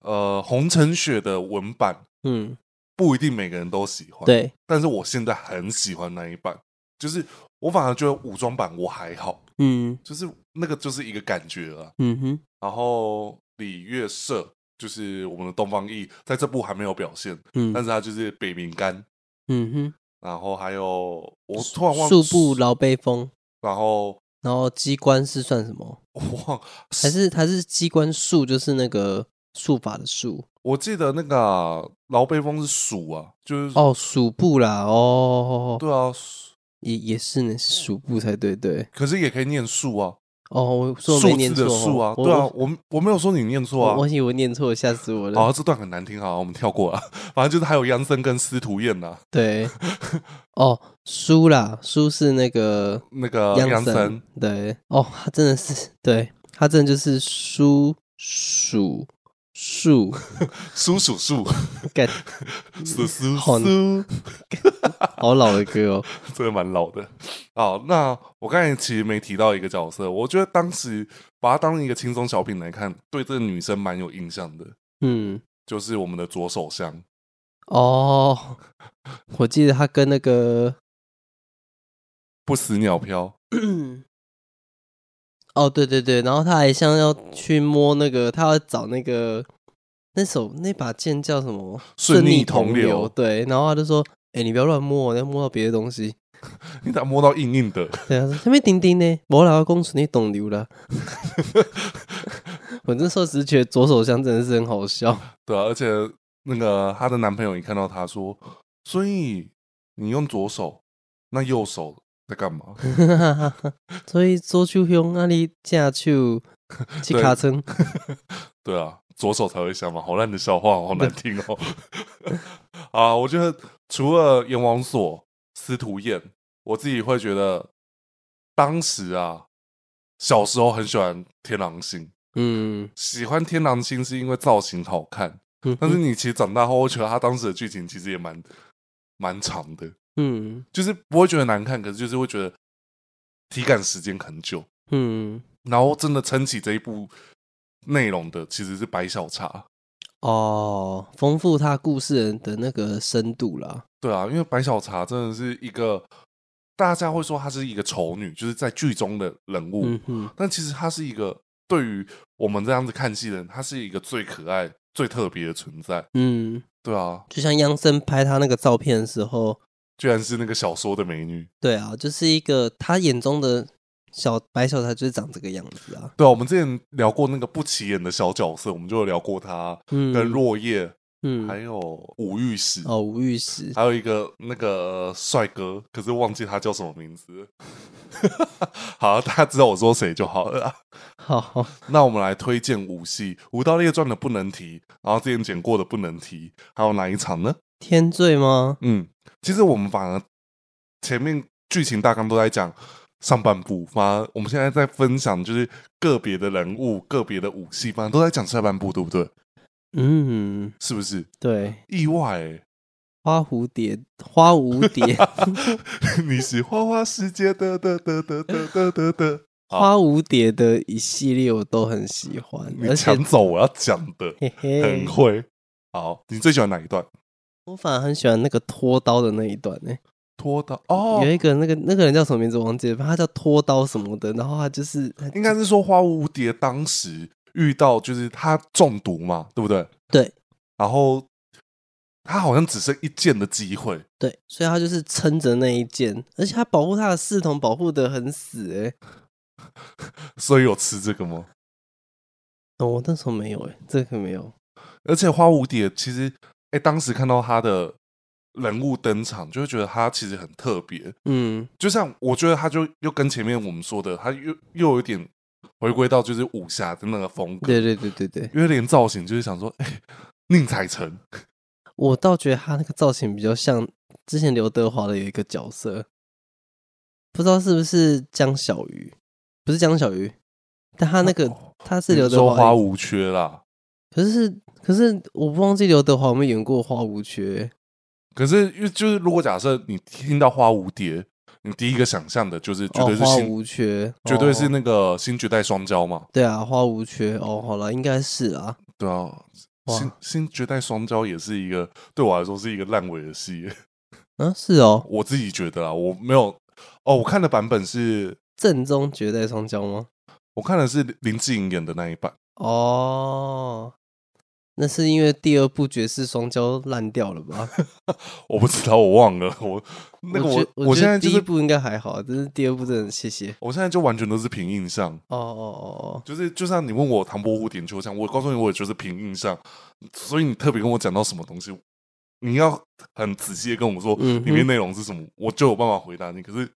[SPEAKER 1] 呃红尘雪的文版，
[SPEAKER 2] 嗯，
[SPEAKER 1] 不一定每个人都喜欢。，
[SPEAKER 2] 对，
[SPEAKER 1] 但是我现在很喜欢那一版，就是我反而觉得武装版我还好，
[SPEAKER 2] 嗯
[SPEAKER 1] 就是那个就是一个感觉啊。
[SPEAKER 2] 嗯哼，
[SPEAKER 1] 然后李月社就是我们的东方奕，在这部还没有表现，但
[SPEAKER 2] 嗯
[SPEAKER 1] 是他就是北冥干，
[SPEAKER 2] 嗯
[SPEAKER 1] 然后还有我突然
[SPEAKER 2] 哼，
[SPEAKER 1] 忘
[SPEAKER 2] 束布劳背风，
[SPEAKER 1] 然后
[SPEAKER 2] 然后机关是算什么？
[SPEAKER 1] 我忘，
[SPEAKER 2] 还是还是机关术，就是那个术法的术
[SPEAKER 1] 我记得那个啊劳背风是鼠啊，就是
[SPEAKER 2] 哦，鼠部啦，哦，
[SPEAKER 1] 对啊，
[SPEAKER 2] 也也是呢，是鼠部才对，对，
[SPEAKER 1] 可是也可以念数啊。
[SPEAKER 2] 哦，我说
[SPEAKER 1] 数
[SPEAKER 2] 我没念
[SPEAKER 1] 字
[SPEAKER 2] 错
[SPEAKER 1] 的
[SPEAKER 2] 哦，
[SPEAKER 1] 数啊，
[SPEAKER 2] 我
[SPEAKER 1] 对啊，，我我没有说你念错
[SPEAKER 2] 我
[SPEAKER 1] 啊
[SPEAKER 2] 我。以为念错，吓死我
[SPEAKER 1] 好、
[SPEAKER 2] 了，
[SPEAKER 1] 啊，这段很难听，好，我们跳过啊。 反正就是还有杨森跟司徒燕呐、
[SPEAKER 2] 对，哦，书啦，书是那个
[SPEAKER 1] 那个
[SPEAKER 2] 杨
[SPEAKER 1] 杨
[SPEAKER 2] 森
[SPEAKER 1] 呃森，，
[SPEAKER 2] 对，哦，他真的是，对他真的就是书鼠树，
[SPEAKER 1] 叔叔叔，
[SPEAKER 2] 干，
[SPEAKER 1] 叔叔
[SPEAKER 2] 嗯好
[SPEAKER 1] 叔，
[SPEAKER 2] 好老的歌哦，
[SPEAKER 1] 这个蛮老的。哦，那我刚才其实没提到一个角色，我觉得当时把它当成一个轻松小品来看，对这个女生蛮有印象的，
[SPEAKER 2] 嗯，
[SPEAKER 1] 就是我们的左手香。
[SPEAKER 2] 哦，我记得他跟那个。
[SPEAKER 1] 不死鸟飘，
[SPEAKER 2] 哦，对对对，然后他还像要去摸那个，他要找那个那手那把剑叫什么？
[SPEAKER 1] 顺逆
[SPEAKER 2] 逆
[SPEAKER 1] 同
[SPEAKER 2] 流。
[SPEAKER 1] 流
[SPEAKER 2] 对，然后他就说：“哎、你不要乱摸，你要摸到别的东西。
[SPEAKER 1] 你咋摸到硬硬的？”
[SPEAKER 2] 对啊，他说下面钉钉呢，我老公纯你懂流了。我那时候只是觉得左手香真的是很好笑。
[SPEAKER 1] 对啊，而且那个她的男朋友一看到她说，所以你用左手，那右手在干嘛？
[SPEAKER 2] 所以左手香那里架手 去
[SPEAKER 1] 对
[SPEAKER 2] 卡称，
[SPEAKER 1] 对啊，左手才会想嘛，好烂的笑话，好难听哦。 啊，我觉得除了阎王锁、司徒燕，我自己会觉得当时啊，小时候很喜欢天狼星，
[SPEAKER 2] 嗯，
[SPEAKER 1] 喜欢天狼星是因为造型好看，
[SPEAKER 2] 嗯
[SPEAKER 1] 但是你其实长大后，会觉得他当时的剧情其实也蛮蛮长的。
[SPEAKER 2] 嗯
[SPEAKER 1] 就是不会觉得难看，可是就是会觉得体感时间很久。
[SPEAKER 2] 嗯
[SPEAKER 1] 然后真的撑起这一部内容的其实是白小茶，
[SPEAKER 2] 哦，丰富他故事的那个深度啦。
[SPEAKER 1] 对啊，因为白小茶真的是一个大家会说她是一个丑女，就是在剧中的人物，
[SPEAKER 2] 嗯哼，
[SPEAKER 1] 但其实她是一个对于我们这样子看戏的人，他是一个最可爱、最特别的存在。
[SPEAKER 2] 嗯，
[SPEAKER 1] 对啊，
[SPEAKER 2] 就像央森拍他那个照片的时候，
[SPEAKER 1] 居然是那个小说的美女。
[SPEAKER 2] 对啊，就是一个他眼中的小白小台就是长这个样子啊。
[SPEAKER 1] 对啊，我们之前聊过那个不起眼的小角色，我们就有聊过他
[SPEAKER 2] 嗯，
[SPEAKER 1] 跟落叶，
[SPEAKER 2] 嗯，
[SPEAKER 1] 还有吴玉玺，
[SPEAKER 2] 哦，吴玉石，
[SPEAKER 1] 还有一个那个帅哥，可是忘记他叫什么名字。 好，大家知道我说谁就好了啊。
[SPEAKER 2] 好，
[SPEAKER 1] 那我们来推荐五戏，《武道列传》的不能提，然后之前讲过的不能提，还有哪一场呢？
[SPEAKER 2] 天罪吗？
[SPEAKER 1] 嗯，其实我们反而前面剧情大纲都在讲上半部，反而我们现在在分享就是个别的人物、个别的武戏，反而都在讲下半部，对不对？
[SPEAKER 2] 嗯，
[SPEAKER 1] 是不是
[SPEAKER 2] 对，
[SPEAKER 1] 意外、欸？
[SPEAKER 2] 花蝴蝶，花蝴蝶，
[SPEAKER 1] 你是花花世界的的的的的的的的，好
[SPEAKER 2] 花蝴蝶的一系列我都很喜欢，
[SPEAKER 1] 你
[SPEAKER 2] 而且
[SPEAKER 1] 抢走我要讲的，
[SPEAKER 2] 嘿
[SPEAKER 1] 很
[SPEAKER 2] 嘿，
[SPEAKER 1] 会。好，你最喜欢哪一段？
[SPEAKER 2] 我反而很喜欢那个拖刀的那一段呢、
[SPEAKER 1] 拖到哦
[SPEAKER 2] 有，一个那个那个人叫什么名字我忘记了，反正他叫拖刀什么的，然后他就是
[SPEAKER 1] 应该是说花蝴蝶当时遇到就是他中毒嘛，对不对？
[SPEAKER 2] 对。
[SPEAKER 1] 然后他好像只剩一剑的机会，
[SPEAKER 2] 对，所以他就是撑着那一剑，而且他保护他的侍童保护的很死哎、
[SPEAKER 1] 所以有吃这个吗？
[SPEAKER 2] 哦，我那时候没有哎、这个没有，
[SPEAKER 1] 而且花蝴蝶其实，哎，当时看到他的人物登场，就会觉得他其实很特别。
[SPEAKER 2] 嗯
[SPEAKER 1] 就像我觉得他就又跟前面我们说的，他又又有点回归到就是武侠的那个风格，
[SPEAKER 2] 对对对对对，
[SPEAKER 1] 因为连造型就是想说，哎，宁采臣
[SPEAKER 2] 我倒觉得他那个造型比较像之前刘德华的有一个角色，不知道是不是江小鱼，不是江小鱼，但他那个、他是
[SPEAKER 1] 哦
[SPEAKER 2] 刘
[SPEAKER 1] 你
[SPEAKER 2] 德
[SPEAKER 1] 说花
[SPEAKER 2] 华，
[SPEAKER 1] 无缺啦。
[SPEAKER 2] 可是可是我不忘记刘德华有没有演过花无缺、
[SPEAKER 1] 可是，因为就是如果假设你听到花蝴蝶，你第一个想象的就是绝
[SPEAKER 2] 哦
[SPEAKER 1] 对，是
[SPEAKER 2] 花
[SPEAKER 1] 新，
[SPEAKER 2] 无缺，
[SPEAKER 1] 绝对是
[SPEAKER 2] 哦
[SPEAKER 1] 那个新绝代双骄嘛，
[SPEAKER 2] 对啊，花无缺哦，好了，应该是啊，
[SPEAKER 1] 对啊，
[SPEAKER 2] 哇
[SPEAKER 1] 新新绝代双骄也是一个对我来说是一个烂尾的戏，
[SPEAKER 2] 嗯、是哦，
[SPEAKER 1] 我自己觉得啊，我没有哦，我看的版本是
[SPEAKER 2] 正宗绝代双骄吗？
[SPEAKER 1] 我看的是林志颖演的那一版，
[SPEAKER 2] 哦，那是因为第二部绝世双骄烂掉了吧？
[SPEAKER 1] 我不知道，我忘了，我 那个我
[SPEAKER 2] 我觉我觉
[SPEAKER 1] 现
[SPEAKER 2] 得
[SPEAKER 1] 在就
[SPEAKER 2] 第一
[SPEAKER 1] 是
[SPEAKER 2] 部应该还好，但是第二部真的谢谢。
[SPEAKER 1] 我现在就完全都是凭印象，
[SPEAKER 2] 哦哦哦
[SPEAKER 1] 就是就像你问我唐伯虎点秋香，我告诉你我也就是凭印象，所以你特别跟我讲到什么东西，你要很仔细的跟我说
[SPEAKER 2] 嗯哼
[SPEAKER 1] 里面内容是什么，我就有办法回答你。可是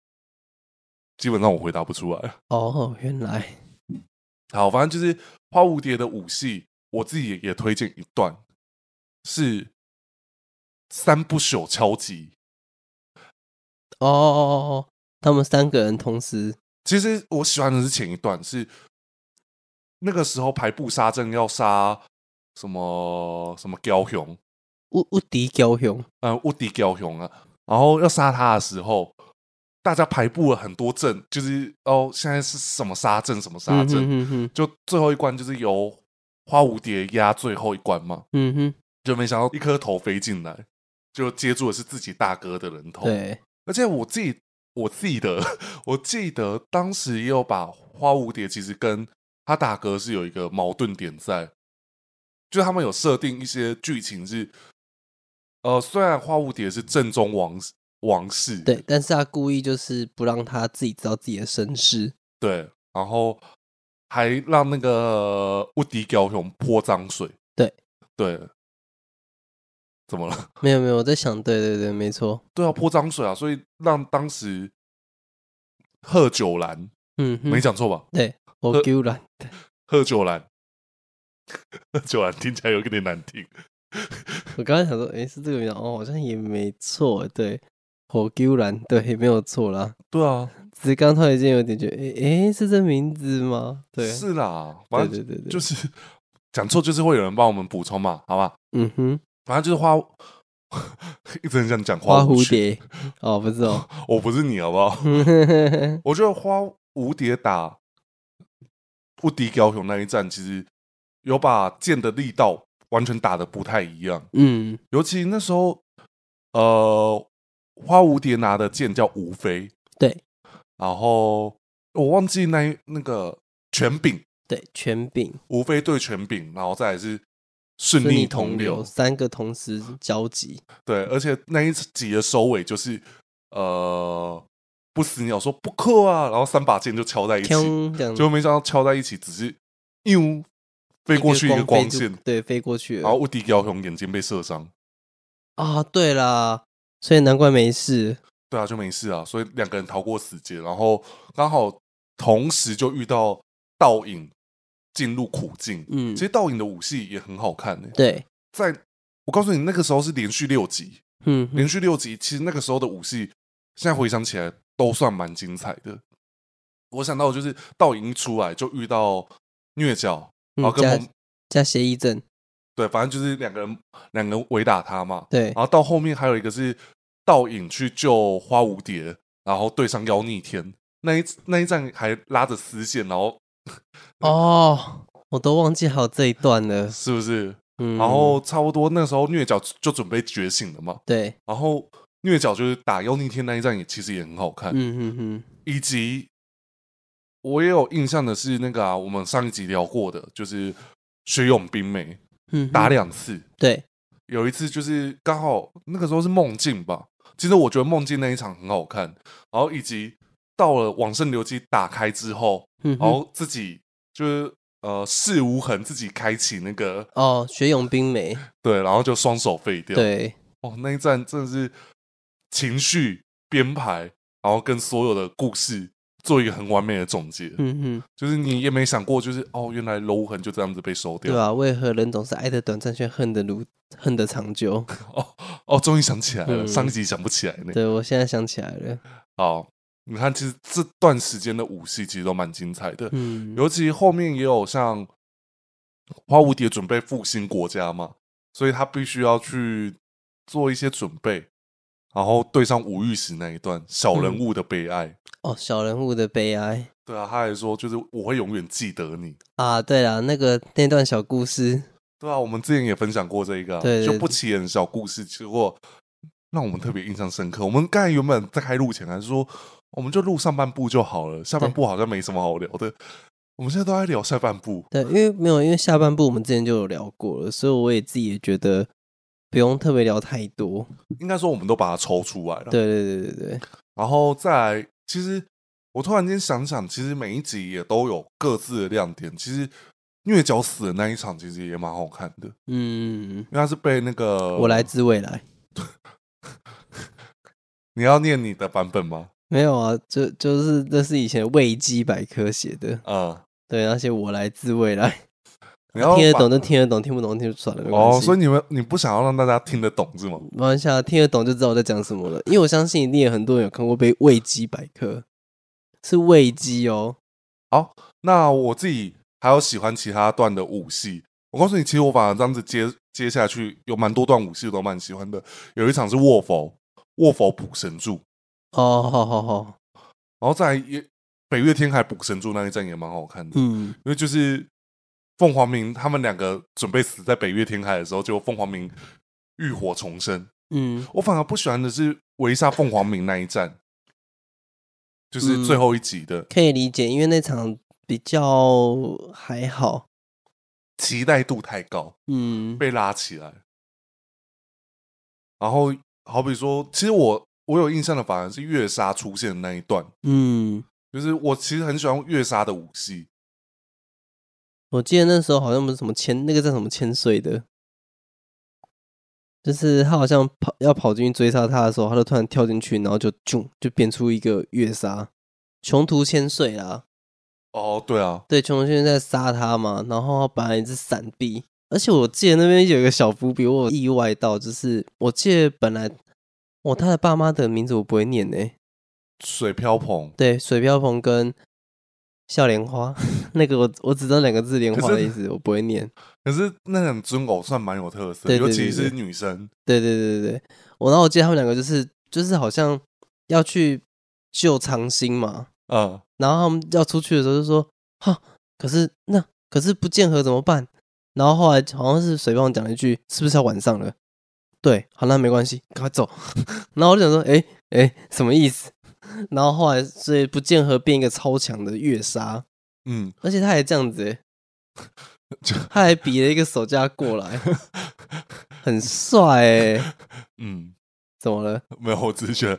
[SPEAKER 1] 基本上我回答不出来。
[SPEAKER 2] 哦哦，原来
[SPEAKER 1] 好，反正就是花蝴蝶的舞戏，我自己也也推荐一段是三不朽敲击。
[SPEAKER 2] 哦哦哦哦，他们三个人同时
[SPEAKER 1] 其实我喜欢的是前一段，是那个时候排布杀阵要杀什么什么雕雄。
[SPEAKER 2] 无无敌枭雄，
[SPEAKER 1] 呃无敌雕雄啊，然后要杀他的时候，大家排布了很多阵，就是哦，现在是什么杀阵，什么杀
[SPEAKER 2] 嗯
[SPEAKER 1] 阵，
[SPEAKER 2] 哼哼哼，
[SPEAKER 1] 就最后一关就是由花蝴蝶压最后一关嘛，
[SPEAKER 2] 嗯哼，
[SPEAKER 1] 就没想到一颗头飞进来，就接住的是自己大哥的人头，
[SPEAKER 2] 对，
[SPEAKER 1] 而且我自己我记得，我记得当时也有把花蝴蝶其实跟他大哥是有一个矛盾点在，就他们有设定一些剧情是，呃，虽然花蝴蝶是正宗王王室，
[SPEAKER 2] 对，但是他故意就是不让他自己知道自己的身世，
[SPEAKER 1] 对然后还让那个无敌高雄泼脏水，
[SPEAKER 2] 对
[SPEAKER 1] 对，怎么了？
[SPEAKER 2] 没有没有，我在想，对对对，没错，
[SPEAKER 1] 对啊，泼脏水啊，所以让当时贺九兰、
[SPEAKER 2] 嗯哼
[SPEAKER 1] 没，讲错吧？
[SPEAKER 2] 对我
[SPEAKER 1] 呃
[SPEAKER 2] Q 软，
[SPEAKER 1] 喝酒兰，喝酒兰听起来有一点难听。
[SPEAKER 2] 我刚刚想说，诶，是这个名字哦，好像也没错，对，火丢然，对，没有错啦。
[SPEAKER 1] 对啊，
[SPEAKER 2] 只是刚突然间有点觉得，诶，诶，是这名字吗？对，
[SPEAKER 1] 是啦，
[SPEAKER 2] 对
[SPEAKER 1] 反
[SPEAKER 2] 对
[SPEAKER 1] 正
[SPEAKER 2] 对对，
[SPEAKER 1] 就，是讲错，就是会有人帮我们补充嘛，好吧？
[SPEAKER 2] 嗯哼，
[SPEAKER 1] 反正就是花， 一直很想讲
[SPEAKER 2] 花
[SPEAKER 1] 蝴
[SPEAKER 2] 蝴，蝶，哦，不是 哦，
[SPEAKER 1] 我不是你好不好？ 我觉得花蝴蝶打不敌高雄那一战，其实有把剑的力道完全打的不太一样，
[SPEAKER 2] 嗯，
[SPEAKER 1] 尤其那时候，呃，花蝴蝶拿的剑叫无非，
[SPEAKER 2] 对
[SPEAKER 1] 然后我忘记那一那个权柄，
[SPEAKER 2] 对，权柄
[SPEAKER 1] 无非对权柄，然后再来是顺
[SPEAKER 2] 顺
[SPEAKER 1] 逆
[SPEAKER 2] 利
[SPEAKER 1] 同
[SPEAKER 2] 流，
[SPEAKER 1] 流。
[SPEAKER 2] 三个同时交集，
[SPEAKER 1] 对，而且那一集的收尾就是呃，不死鸟说不克啊，然后三把剑就敲在一起，
[SPEAKER 2] 锵这样
[SPEAKER 1] 结果没想到敲在一起只是又飞过去一个光
[SPEAKER 2] 飞就
[SPEAKER 1] 线，
[SPEAKER 2] 对，飞过去了
[SPEAKER 1] 然后无敌高雄眼睛被射伤。
[SPEAKER 2] 啊，对啦，所以难怪没事。
[SPEAKER 1] 对啊，就没事啊，所以两个人逃过死劫，然后刚好同时就遇到倒影进入苦境。
[SPEAKER 2] 嗯
[SPEAKER 1] 其，实倒影的武戏也很好看呢、欸
[SPEAKER 2] 对，
[SPEAKER 1] 在我告诉你，那个时候是连续六集，
[SPEAKER 2] 嗯哼，
[SPEAKER 1] 连续六集，其实那个时候的武戏，现在回想起来都算蛮精彩的。我想到的就是倒影一出来就遇到虐角，然后哦
[SPEAKER 2] 嗯
[SPEAKER 1] 跟
[SPEAKER 2] 加
[SPEAKER 1] 蒙
[SPEAKER 2] 加协议证，
[SPEAKER 1] 对，反正就是两个人两个人围打他嘛，
[SPEAKER 2] 对，
[SPEAKER 1] 然后到后面还有一个是倒影去救花蝴蝶，然后对上妖逆天那一那一战还拉着丝线，然后
[SPEAKER 2] 哦，我都忘记还有这一段了。
[SPEAKER 1] 是不是？
[SPEAKER 2] 嗯，
[SPEAKER 1] 然后差不多那时候虐角就准备觉醒了嘛，
[SPEAKER 2] 对，
[SPEAKER 1] 然后虐角就是打妖逆天那一战也其实也很好看，
[SPEAKER 2] 嗯嗯嗯，
[SPEAKER 1] 以及我也有印象的是那个啊，我们上一集聊过的，就是学勇兵美
[SPEAKER 2] 嗯哼
[SPEAKER 1] 打两次，
[SPEAKER 2] 对，
[SPEAKER 1] 有一次就是刚好那个时候是梦境吧，其实我觉得梦境那一场很好看，然后以及到了往圣流机打开之后，
[SPEAKER 2] 嗯
[SPEAKER 1] 然
[SPEAKER 2] 哼，
[SPEAKER 1] 后自己就是呃事无痕自己开启那个
[SPEAKER 2] 哦，学勇兵美，
[SPEAKER 1] 对，然后就双手废掉，
[SPEAKER 2] 对，
[SPEAKER 1] 哦那一战真的是情绪编排，然后跟所有的故事做一个很完美的总结，
[SPEAKER 2] 嗯哼，
[SPEAKER 1] 就是你也没想过，就是哦原来柔无痕就这样子被收掉
[SPEAKER 2] 对，啊，为何人总是爱的短暂，却恨的如恨的长 久？
[SPEAKER 1] 哦哦终于想起来了，
[SPEAKER 2] 嗯
[SPEAKER 1] 上一集想不起来呢。
[SPEAKER 2] 对我现在想起来了，
[SPEAKER 1] 好，你看，其实这段时间的武戏其实都蛮精彩的，
[SPEAKER 2] 嗯，
[SPEAKER 1] 尤其后面也有像花蝴蝶准备复兴国家嘛，所以他必须要去做一些准备，然后对上吴玉石那一段小
[SPEAKER 2] 嗯
[SPEAKER 1] 人物的悲哀。
[SPEAKER 2] 哦，小人物的悲哀
[SPEAKER 1] 对啊，他还说就是我会永远记得你。
[SPEAKER 2] 啊，对啦，那个那段小故事，
[SPEAKER 1] 对啊，我们之前也分享过这一个啊、
[SPEAKER 2] 对对
[SPEAKER 1] 就不起眼的小故事，结果让我们特别印象深刻。我们刚才原本在开录前还说，我们就录上半部就好了，下半部好像没什么好聊的。我们现在都在聊下半部，
[SPEAKER 2] 对，因为没有，因为下半部我们之前就有聊过了，所以我也自己也觉得不用特别聊太多。
[SPEAKER 1] 应该说我们都把它抽出来了。，
[SPEAKER 2] 对对对对对，
[SPEAKER 1] 然后再来，其实我突然间想想，其实每一集也都有各自的亮点。其实虐角死的那一场其实也蛮好看的，
[SPEAKER 2] 嗯，
[SPEAKER 1] 因为他是被那个
[SPEAKER 2] 我来，自未来。
[SPEAKER 1] 你要念你的版本吗？
[SPEAKER 2] 没有啊，就就是这是以前维基百科写的，
[SPEAKER 1] 嗯，
[SPEAKER 2] 对，那些我来自未来，
[SPEAKER 1] 你要
[SPEAKER 2] 听得
[SPEAKER 1] 把
[SPEAKER 2] 懂就听得懂，听不懂就算了，没关系。
[SPEAKER 1] 哦，所以你们你不想要让大家听得懂是吗？
[SPEAKER 2] 没关系啊，听得懂就知道我在讲什么了。因为我相信一定有很多人有看过被维基百科，是维基哦，
[SPEAKER 1] 那我自己还有喜欢其他段的武戏，我告诉你，其实我反而这样子接接下去有蛮多段武戏我都蛮喜欢的。有一场是卧佛，卧佛补神柱，
[SPEAKER 2] 哦，好好好，
[SPEAKER 1] 然后再来也北岳天海补神柱那一战也蛮好看的，
[SPEAKER 2] 嗯，
[SPEAKER 1] 因为就是凤凰鸣他们两个准备死在北岳天海的时候，就凤凰鸣浴火重生。
[SPEAKER 2] 嗯，
[SPEAKER 1] 我反而不喜欢的是围杀凤凰鸣那一战，就是
[SPEAKER 2] 嗯
[SPEAKER 1] 最后一集的。
[SPEAKER 2] 可以理解，因为那场比较还好，
[SPEAKER 1] 期待度太高，
[SPEAKER 2] 嗯，
[SPEAKER 1] 被拉起来。然后，好比说，其实我我有印象的反而是月杀出现的那一段，
[SPEAKER 2] 嗯，
[SPEAKER 1] 就是我其实很喜欢月杀的武戏，
[SPEAKER 2] 我记得那时候好像不是什么千，那个叫什么千岁的，就是他好像跑要跑进去追杀他的时候，他就突然跳进去，然后就就就变出一个月杀，穷途千岁啦。
[SPEAKER 1] 哦，对啊，
[SPEAKER 2] 对，穷途千岁在杀他嘛，然后他本来是闪避，而且我记得那边有一个小伏笔，我有意外到，就是我记得本来我、哦、他的爸妈的名字我不会念呢、
[SPEAKER 1] 水漂蓬。
[SPEAKER 2] 对，水漂蓬跟笑莲花， 那个我我只知道两个字莲
[SPEAKER 1] 可
[SPEAKER 2] 花
[SPEAKER 1] 是
[SPEAKER 2] 的意思，我不会念。
[SPEAKER 1] 可是那种尊偶算蛮有特色，
[SPEAKER 2] 对对
[SPEAKER 1] 尤其
[SPEAKER 2] 对
[SPEAKER 1] 是
[SPEAKER 2] 对
[SPEAKER 1] 女生，
[SPEAKER 2] 对对对对对，我然后我记得他们两个就是就是好像要去救长兴嘛，
[SPEAKER 1] 嗯，
[SPEAKER 2] 然后他们要出去的时候就说哈，可是那可是不见河怎么办？然后后来好像是水帮我讲了一句，是不是要晚上了？对，好，那没关系，赶快走。 然后我就想说，哎哎，什么意思？ 然后后来所以不见河变一个超强的月杀，
[SPEAKER 1] 嗯，
[SPEAKER 2] 而且他还这样子、欸，他还比了一个手架过来， 很帅哎、
[SPEAKER 1] 嗯，
[SPEAKER 2] 怎么了？
[SPEAKER 1] 没有，我只是觉得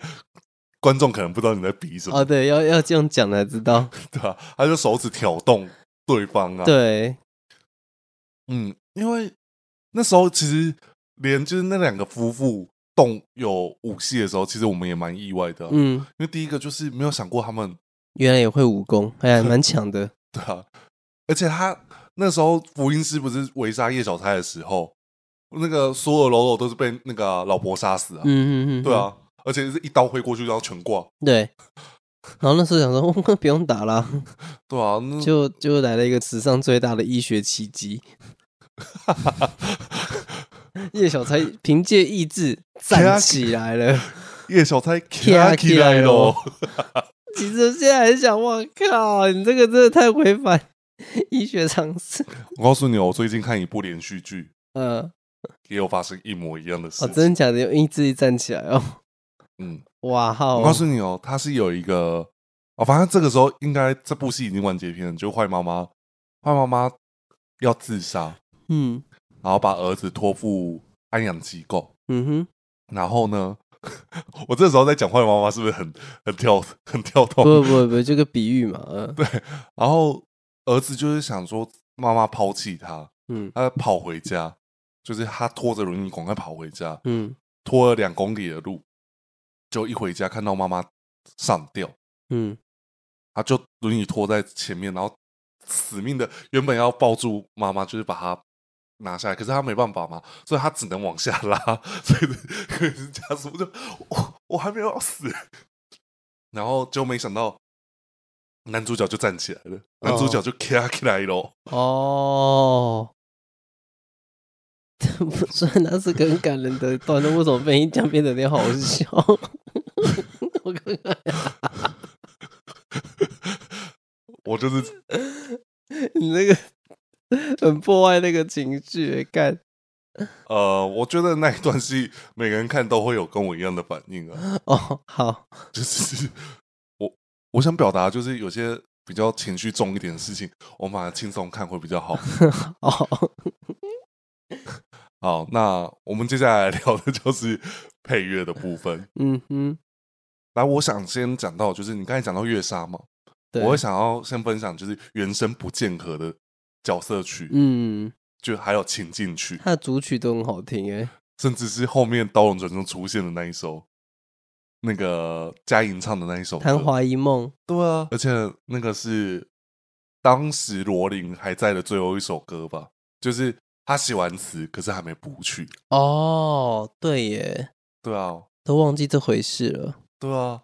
[SPEAKER 1] 观众可能不知道你在比什么，
[SPEAKER 2] 哦，对，要要这样讲才知道。
[SPEAKER 1] 对吧、他就手指挑动对方啊，，
[SPEAKER 2] 对，
[SPEAKER 1] 嗯，因为那时候其实连就是那两个夫妇动有武戏的时候，其实我们也蛮意外的啊、因
[SPEAKER 2] 嗯，
[SPEAKER 1] 为第一个就是没有想过他们
[SPEAKER 2] 原来也会武功，哎 呀，蛮强的。
[SPEAKER 1] 对啊，而且他那时候福音师不是围杀叶小钗的时候，那个所有喽啰都是被那个啊老婆杀死啊，
[SPEAKER 2] 嗯嗯嗯，
[SPEAKER 1] 对，啊，而且是一刀挥过去然后全挂，
[SPEAKER 2] 对。然后那时候想说， 不用打啦，
[SPEAKER 1] 对啊，那
[SPEAKER 2] 就就来了一个史上最大的医学奇迹。叶小钗凭借意志 站起来了。
[SPEAKER 1] 叶小钗卡
[SPEAKER 2] 站
[SPEAKER 1] 起
[SPEAKER 2] 起
[SPEAKER 1] 来
[SPEAKER 2] 来
[SPEAKER 1] 喽
[SPEAKER 2] 咯，其实现在很想，我靠，你这个真的太违反医学常识。
[SPEAKER 1] 我告诉你哦，我最近看一部连续剧，
[SPEAKER 2] 嗯、
[SPEAKER 1] 也有发生一模一样的事
[SPEAKER 2] 哦，
[SPEAKER 1] 情，
[SPEAKER 2] 真的假的？用意志力站起来哦，
[SPEAKER 1] 嗯。
[SPEAKER 2] 哇好，
[SPEAKER 1] 我告诉你哦，他是有一个哦，反正这个时候应该这部戏已经完结篇了，就坏妈妈，坏妈妈要自杀，
[SPEAKER 2] 嗯
[SPEAKER 1] 然后把儿子托付安养机构，
[SPEAKER 2] 嗯哼，
[SPEAKER 1] 然后呢， 我这时候在讲坏妈妈是不是很很跳很跳动？
[SPEAKER 2] 不不不，这个比喻嘛，嗯、
[SPEAKER 1] 然后儿子就是想说妈妈抛弃他，
[SPEAKER 2] 嗯
[SPEAKER 1] 他跑回家，就是他拖着轮椅赶快跑回家，
[SPEAKER 2] 嗯
[SPEAKER 1] 拖了两公里的路，就一回家看到妈妈上吊。
[SPEAKER 2] 嗯
[SPEAKER 1] 他就轮椅拖在前面，然后死命的原本要抱住妈妈，就是把她拿下来，可是他没办法嘛，所以他只能往下拉，所以可是家属就我我还没有要死，然后就没想到男主角就站起来了，男主角就卡起来咯，
[SPEAKER 2] 哦。 不虽然那是个很感人的段落，为什么被你讲变得有点好笑？ 我刚刚
[SPEAKER 1] 我就是
[SPEAKER 2] 你那个很破坏那个情绪，欸干
[SPEAKER 1] 呃，我觉得那一段戏每个人看都会有跟我一样的反应啊，
[SPEAKER 2] 哦好，
[SPEAKER 1] 就是我我想表达就是有些。比较情绪重一点的事情，我们把它轻松看会比较 好。
[SPEAKER 2] 哦
[SPEAKER 1] 好，那我们接下来聊的就是配乐的部分。
[SPEAKER 2] 嗯哼，
[SPEAKER 1] 来，我想先讲到，就是你刚才讲到月杀嘛，
[SPEAKER 2] 对，
[SPEAKER 1] 我会想要先分享就是原声不间隔的角色曲，
[SPEAKER 2] 嗯，
[SPEAKER 1] 就还有情境曲，
[SPEAKER 2] 他的主曲都很好听欸诶。
[SPEAKER 1] 甚至是后面刀龙转身出现的那一首，那个嘉莹唱的那一首歌
[SPEAKER 2] 昙花一梦，
[SPEAKER 1] 对啊，而且那个是当时罗琳还在的最后一首歌吧，就是他写完词，可是还没谱曲。
[SPEAKER 2] 哦，对耶，
[SPEAKER 1] 对啊，
[SPEAKER 2] 都忘记这回事了。
[SPEAKER 1] 对啊，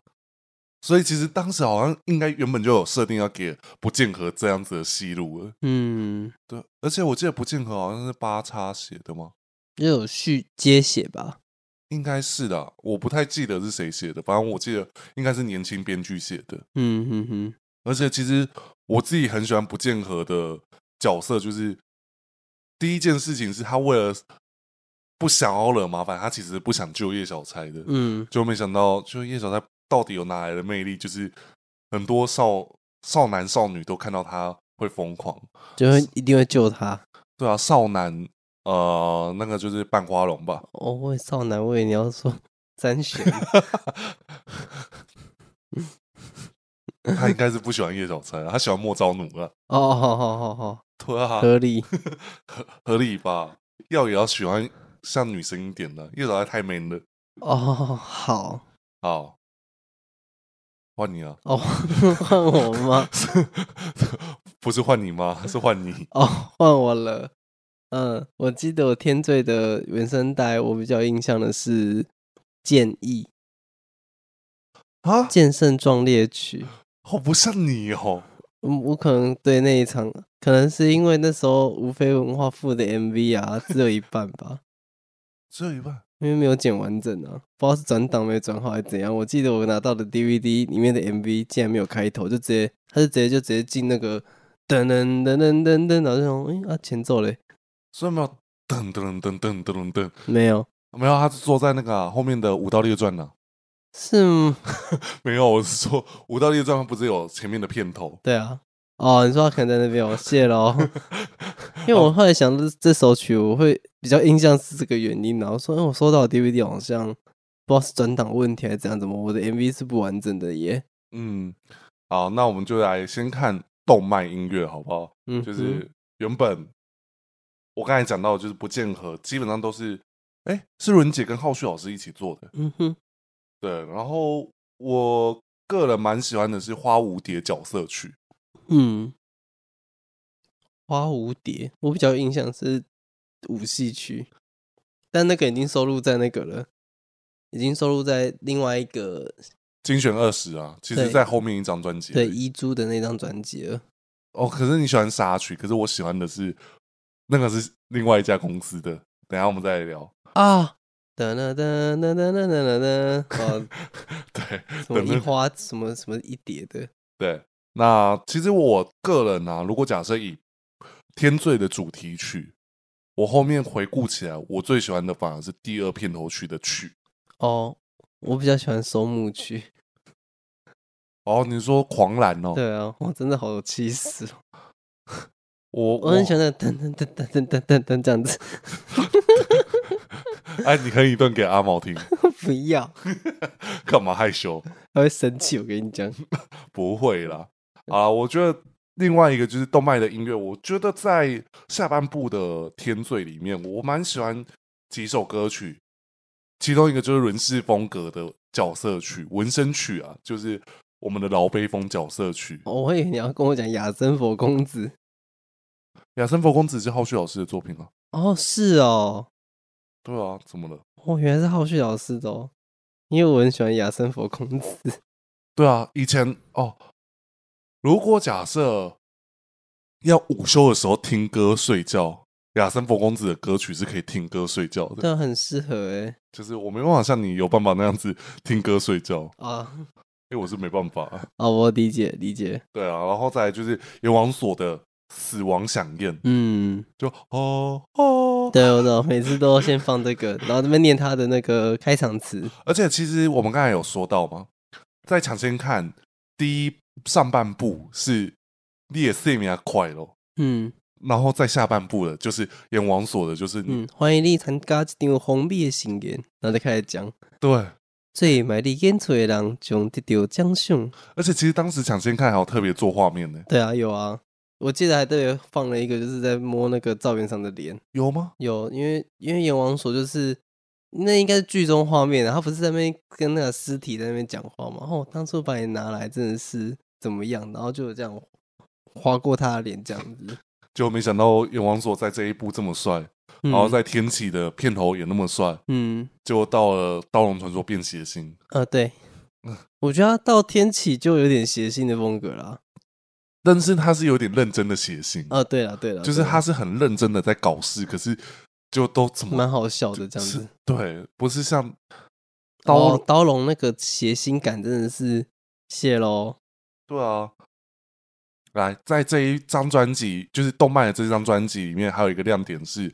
[SPEAKER 1] 所以其实当时好像应该原本就有设定要给不间隔这样子的戏路了。
[SPEAKER 2] 嗯，
[SPEAKER 1] 对，而且我记得不间隔好像是八叉写的吗？
[SPEAKER 2] 就有续接写吧。
[SPEAKER 1] 应该是的啊，我不太记得是谁写的，反正我记得应该是年轻编剧写的。
[SPEAKER 2] 嗯哼哼，
[SPEAKER 1] 而且其实我自己很喜欢不间隔的角色，就是第一件事情是他为了不想要惹麻烦，他其实不想救叶小钗的。
[SPEAKER 2] 嗯
[SPEAKER 1] 就没想到，就叶小钗到底有哪来的魅力？就是很多少少男少女都看到她会疯狂，
[SPEAKER 2] 就会一定会救他。
[SPEAKER 1] 对啊，少男呃，那个就是半花龙吧，
[SPEAKER 2] 哦，我也少男，我以为你要 说詹选，
[SPEAKER 1] 他应该是不喜欢叶小钗啊，他喜欢莫昭奴啊，
[SPEAKER 2] 哦，好好好好，
[SPEAKER 1] 对啊，
[SPEAKER 2] 合理。
[SPEAKER 1] 合 合理吧？要也要喜欢像女生一点的、叶小钗太 man 了，
[SPEAKER 2] 哦，好，
[SPEAKER 1] 好，哦换你啊，
[SPEAKER 2] 哦，换我吗？
[SPEAKER 1] 不是换你吗？是换你，
[SPEAKER 2] 哦，换我了。嗯，我记得我天罪的原声带，我比较印象的是《建议
[SPEAKER 1] 啊，
[SPEAKER 2] 剑圣壮烈曲》。
[SPEAKER 1] 好不像你哦，
[SPEAKER 2] 嗯，我可能对那一场，可能是因为那时候无非文化附的 MV 啊，只有一半吧，
[SPEAKER 1] 只有一半。
[SPEAKER 2] 因为没有剪完整啊，不知道是转档没转好还是怎样。我记得我拿到的 DVD 里面的 MV 竟然没有开头，就直接，他就直接就直接进那个噔噔噔噔噔噔，然后就想，哎、啊前奏嘞，
[SPEAKER 1] 所以没有噔噔噔噔噔噔噔，
[SPEAKER 2] 没有，
[SPEAKER 1] 没有，他是坐在那个啊、后面的《武道列传》 呢。
[SPEAKER 2] 是吗，
[SPEAKER 1] 没有，我是说《武道列传》它不是有前面的片头，
[SPEAKER 2] 对啊，哦，你说他可能在那边，我谢 喽。因为
[SPEAKER 1] 哦
[SPEAKER 2] 我后来想到这首曲，我会比较印象是这个原因然后说，因为我收到的 DVD 好像不知道是转档问题还是怎样，怎么我的 MV 是不完整的耶。
[SPEAKER 1] 嗯，好，那我们就来先看动漫音乐好不好？
[SPEAKER 2] 嗯哼，
[SPEAKER 1] 就是原本我刚才讲到，就是不间合，基本上都是，哎、是伦姐跟浩旭老师一起做的。
[SPEAKER 2] 嗯哼，
[SPEAKER 1] 对，然后我个人蛮喜欢的是花蝴蝶角色曲，
[SPEAKER 2] 嗯，花蝴蝶，我比较有印象是五戏曲，但那个已经收录在那个了，已经收录在另外一个
[SPEAKER 1] 精选二十啊，其实
[SPEAKER 2] 对
[SPEAKER 1] 在后面一张专辑而
[SPEAKER 2] 对
[SPEAKER 1] 已。
[SPEAKER 2] 遗珠的那张专辑了。
[SPEAKER 1] 哦，可是你喜欢沙曲，可是我喜欢的是那个是另外一家公司的，等一下我们再来聊。
[SPEAKER 2] 啊，哒哒哒哒哒哒哒哒哒， 哦，
[SPEAKER 1] 对
[SPEAKER 2] 什么
[SPEAKER 1] 等
[SPEAKER 2] 一
[SPEAKER 1] 等
[SPEAKER 2] 花什么什么一叠的，
[SPEAKER 1] 对，那其实我个人啊，如果假设以天罪的主题曲，我后面回顾起来，我最喜欢的反而是第二片头曲的曲。
[SPEAKER 2] 哦，我比较喜欢收木曲，
[SPEAKER 1] 哦，你说狂澜哦，
[SPEAKER 2] 对啊，我真的好有气势哦，
[SPEAKER 1] 我
[SPEAKER 2] 我很喜欢那噔噔噔噔噔噔噔噔这样子，
[SPEAKER 1] 哎，你哼一段给阿毛听，
[SPEAKER 2] 不要，
[SPEAKER 1] 干嘛害羞？
[SPEAKER 2] 他会生气，我跟你讲，
[SPEAKER 1] 不会啦，啊，我觉得另外一个就是动漫的音乐，我觉得在下半部的《天罪》里面，我蛮喜欢几首歌曲，其中一个就是伦氏风格的角色曲、纹身曲啊，就是我们的老悲风角色曲。
[SPEAKER 2] 我会以为你要跟我讲雅森佛公子，
[SPEAKER 1] 亚森佛公子是浩旭老师的作品啊，
[SPEAKER 2] 哦，是哦，
[SPEAKER 1] 对啊，怎么了？
[SPEAKER 2] 哦，原来是浩旭老师的哦，因为我很喜欢雅森佛公子，
[SPEAKER 1] 对啊，以前哦，如果假设要午休的时候听歌睡觉，亚森佛公子的歌曲是可以听歌睡觉的。
[SPEAKER 2] 对啊，很适合哎，
[SPEAKER 1] 就是我没办法像你有办法那样子听歌睡觉，
[SPEAKER 2] 啊，
[SPEAKER 1] 因为我是没办法、
[SPEAKER 2] 哦，我理解理解，
[SPEAKER 1] 对啊，然后再来就是阎王锁的《死亡响宴》，
[SPEAKER 2] 嗯。
[SPEAKER 1] 就哦哦，
[SPEAKER 2] 对，啊我懂，每次都先放这个，然后这边念他的那个开场词。
[SPEAKER 1] 而且其实我们刚才有说到嘛，在抢先看第一上半部是《烈士命啊快乐》，
[SPEAKER 2] 嗯
[SPEAKER 1] 然后在下半部的就是阎王锁的，就是你、
[SPEAKER 2] 嗯，欢迎你参加这场红米的盛宴，然后就开始讲
[SPEAKER 1] 对。
[SPEAKER 2] 最卖力演出的人将得到奖赏。
[SPEAKER 1] 而且其实当时抢先看还有特别做画面呢，
[SPEAKER 2] 对啊，有啊，我记得还特别放了一个，就是在摸那个赵元上的脸。
[SPEAKER 1] 有吗？
[SPEAKER 2] 有，因为因为阎王所就是那应该是剧中画面啊，然后不是在那边跟那个尸体在那边讲话嘛。哦，当初把你拿来真的是怎么样，然后就有这样划过他的脸这样子。
[SPEAKER 1] 就没想到阎王锁在这一部这么帅，
[SPEAKER 2] 嗯
[SPEAKER 1] 然后在天启的片头也那么帅，
[SPEAKER 2] 嗯。
[SPEAKER 1] 结果到了《刀龙传说》变邪心，
[SPEAKER 2] 呃，对，我觉得他到天启就有点邪性的风格啦。
[SPEAKER 1] 但是他是有点认真的邪心，
[SPEAKER 2] 啊，对了，对了，
[SPEAKER 1] 就是
[SPEAKER 2] 对啦
[SPEAKER 1] 他是很认真的在搞事，可是就都怎么
[SPEAKER 2] 蛮好笑的这样
[SPEAKER 1] 是
[SPEAKER 2] 子。哦
[SPEAKER 1] 对，不是像刀、
[SPEAKER 2] 刀刀龙那个邪性感真的是谢喽。
[SPEAKER 1] 对啊。来，在这一张专辑，就是动漫的这张专辑里面，还有一个亮点是，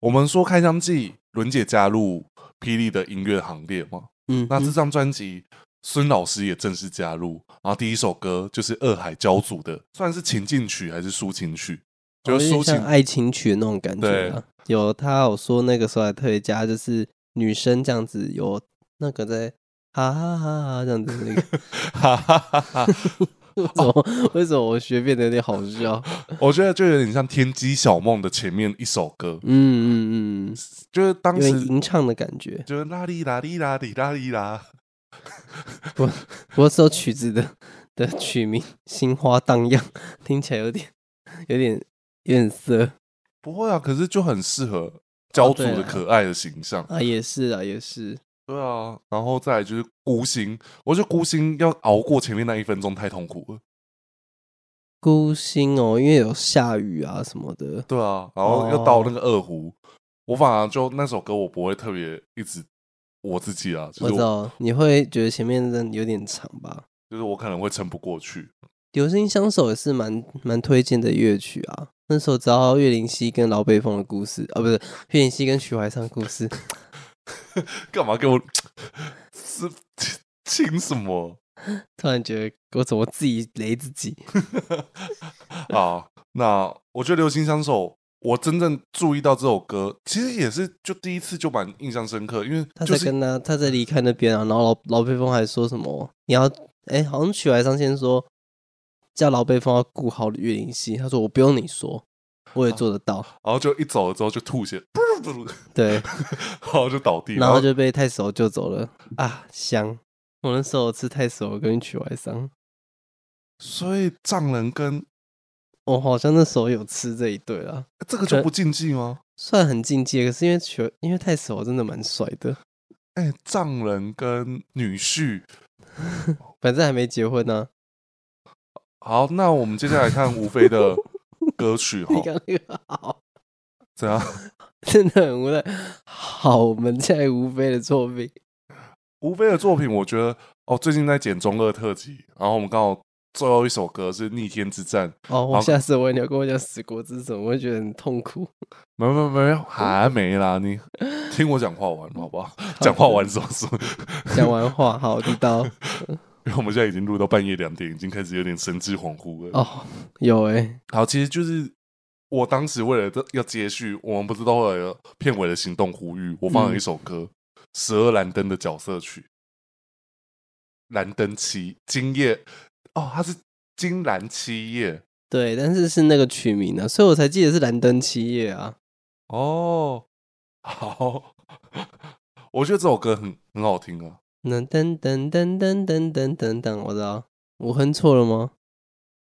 [SPEAKER 1] 我们说开箱季伦姐加入霹雳的音乐行列嘛，
[SPEAKER 2] 嗯，
[SPEAKER 1] 那这
[SPEAKER 2] 嗯
[SPEAKER 1] 张专辑，孙老师也正式加入，然后第一首歌就是二海交组的，算是情境曲还是抒情曲？就
[SPEAKER 2] 哦有
[SPEAKER 1] 是
[SPEAKER 2] 点
[SPEAKER 1] 抒情
[SPEAKER 2] 像，爱情曲的那种感
[SPEAKER 1] 对
[SPEAKER 2] 觉啊。有他有说那个时候还特别加，就是女生这样子有那个在哈哈哈哈这样子那个。
[SPEAKER 1] 哈哈哈哈！
[SPEAKER 2] 为什么？为什么我学变得有点好笑？
[SPEAKER 1] 我觉得就有点像《天机小梦》的前面一首歌，
[SPEAKER 2] 嗯嗯
[SPEAKER 1] 就是
[SPEAKER 2] 嗯，有
[SPEAKER 1] 当
[SPEAKER 2] 点
[SPEAKER 1] 时
[SPEAKER 2] 吟唱的感觉。
[SPEAKER 1] 就是啦哩啦哩啦哩啦哩啦，
[SPEAKER 2] 不过这首曲子的的曲名《心花荡漾》 听起来有点有点有点涩
[SPEAKER 1] 不会啊，可是就很适合交组
[SPEAKER 2] 对
[SPEAKER 1] 的
[SPEAKER 2] 啊
[SPEAKER 1] 可爱的形象。
[SPEAKER 2] 啊，也是啊，也是，
[SPEAKER 1] 对啊，然后再来就是孤星，我觉得孤星要熬过前面那一分钟太痛苦了。
[SPEAKER 2] 孤星哦，因为有下雨啊什么的，
[SPEAKER 1] 对啊，然后又
[SPEAKER 2] 哦
[SPEAKER 1] 到那个二胡，我反而就那首歌我不会特别一直我自己啊，就
[SPEAKER 2] 我
[SPEAKER 1] 是
[SPEAKER 2] 知道你会觉得前面真的有点长吧。
[SPEAKER 1] 就是我可能会撑不过去。
[SPEAKER 2] 流星相守也是蛮蛮推荐的乐曲啊。那时候知道岳灵溪跟老北风的故事啊，不是岳灵溪跟徐怀上故事，
[SPEAKER 1] 干嘛给我是亲什么？
[SPEAKER 2] 突然觉得我怎么自己雷自己？
[SPEAKER 1] 啊，那我觉得《流星枪手》，我真正注意到这首歌，其实也是就第一次就蛮印象深刻，因为
[SPEAKER 2] 他
[SPEAKER 1] 就
[SPEAKER 2] 在
[SPEAKER 1] 是
[SPEAKER 2] 跟他他在离开那边啊，然后老老被风还说什么你要哎、好像曲海商先说叫老被风要顾好岳灵溪，他说我不用你说，我
[SPEAKER 1] 啊
[SPEAKER 2] 也做得到。
[SPEAKER 1] 然后就一走了之后就吐血，
[SPEAKER 2] 对，
[SPEAKER 1] 然后就倒地，
[SPEAKER 2] 然后就被太守救走了啊，香！我那时候吃太守跟曲怀商，
[SPEAKER 1] 所以丈人跟
[SPEAKER 2] 我好像那时候有吃这一对啦，
[SPEAKER 1] 这个就不禁忌吗？
[SPEAKER 2] 算很境界，可是因为曲因为太守真的蛮帅的，
[SPEAKER 1] 哎，丈人跟女婿。
[SPEAKER 2] 反正还没结婚啊呢、
[SPEAKER 1] 好，那我们接下来看吴飞的歌曲哈
[SPEAKER 2] 你，刚刚那个好，
[SPEAKER 1] 怎样？
[SPEAKER 2] 真的很无奈。好，我们现在无非的作品，
[SPEAKER 1] 吴飞的作品，我觉得哦，最近在剪中二特辑，然后我们刚好最后一首歌是《逆天之战》，
[SPEAKER 2] 哦，
[SPEAKER 1] 好
[SPEAKER 2] 我下次我你要跟我讲死国之神，我会觉得很痛苦。
[SPEAKER 1] 没有没有没有，还没啦，你听我讲话完好不好？ 讲话完之后说，
[SPEAKER 2] 讲完话，好，一 刀
[SPEAKER 1] 因为我们现在已经录到半夜两点，已经开始有点神志恍惚了。
[SPEAKER 2] 哦，有哎、
[SPEAKER 1] 好，其实就是我当时为了这要接续，我们不是都会有片尾的行动呼吁，我放了一首歌，十二兰登的角色曲，《兰登七今夜》哦，它是《金兰七夜》
[SPEAKER 2] 对，但是是那个曲名啊，所以我才记得是蓝灯七夜啊。
[SPEAKER 1] 哦，好，我觉得这首歌很很好听啊。
[SPEAKER 2] 噔噔噔噔噔噔噔噔噔，我知道，我哼错了吗？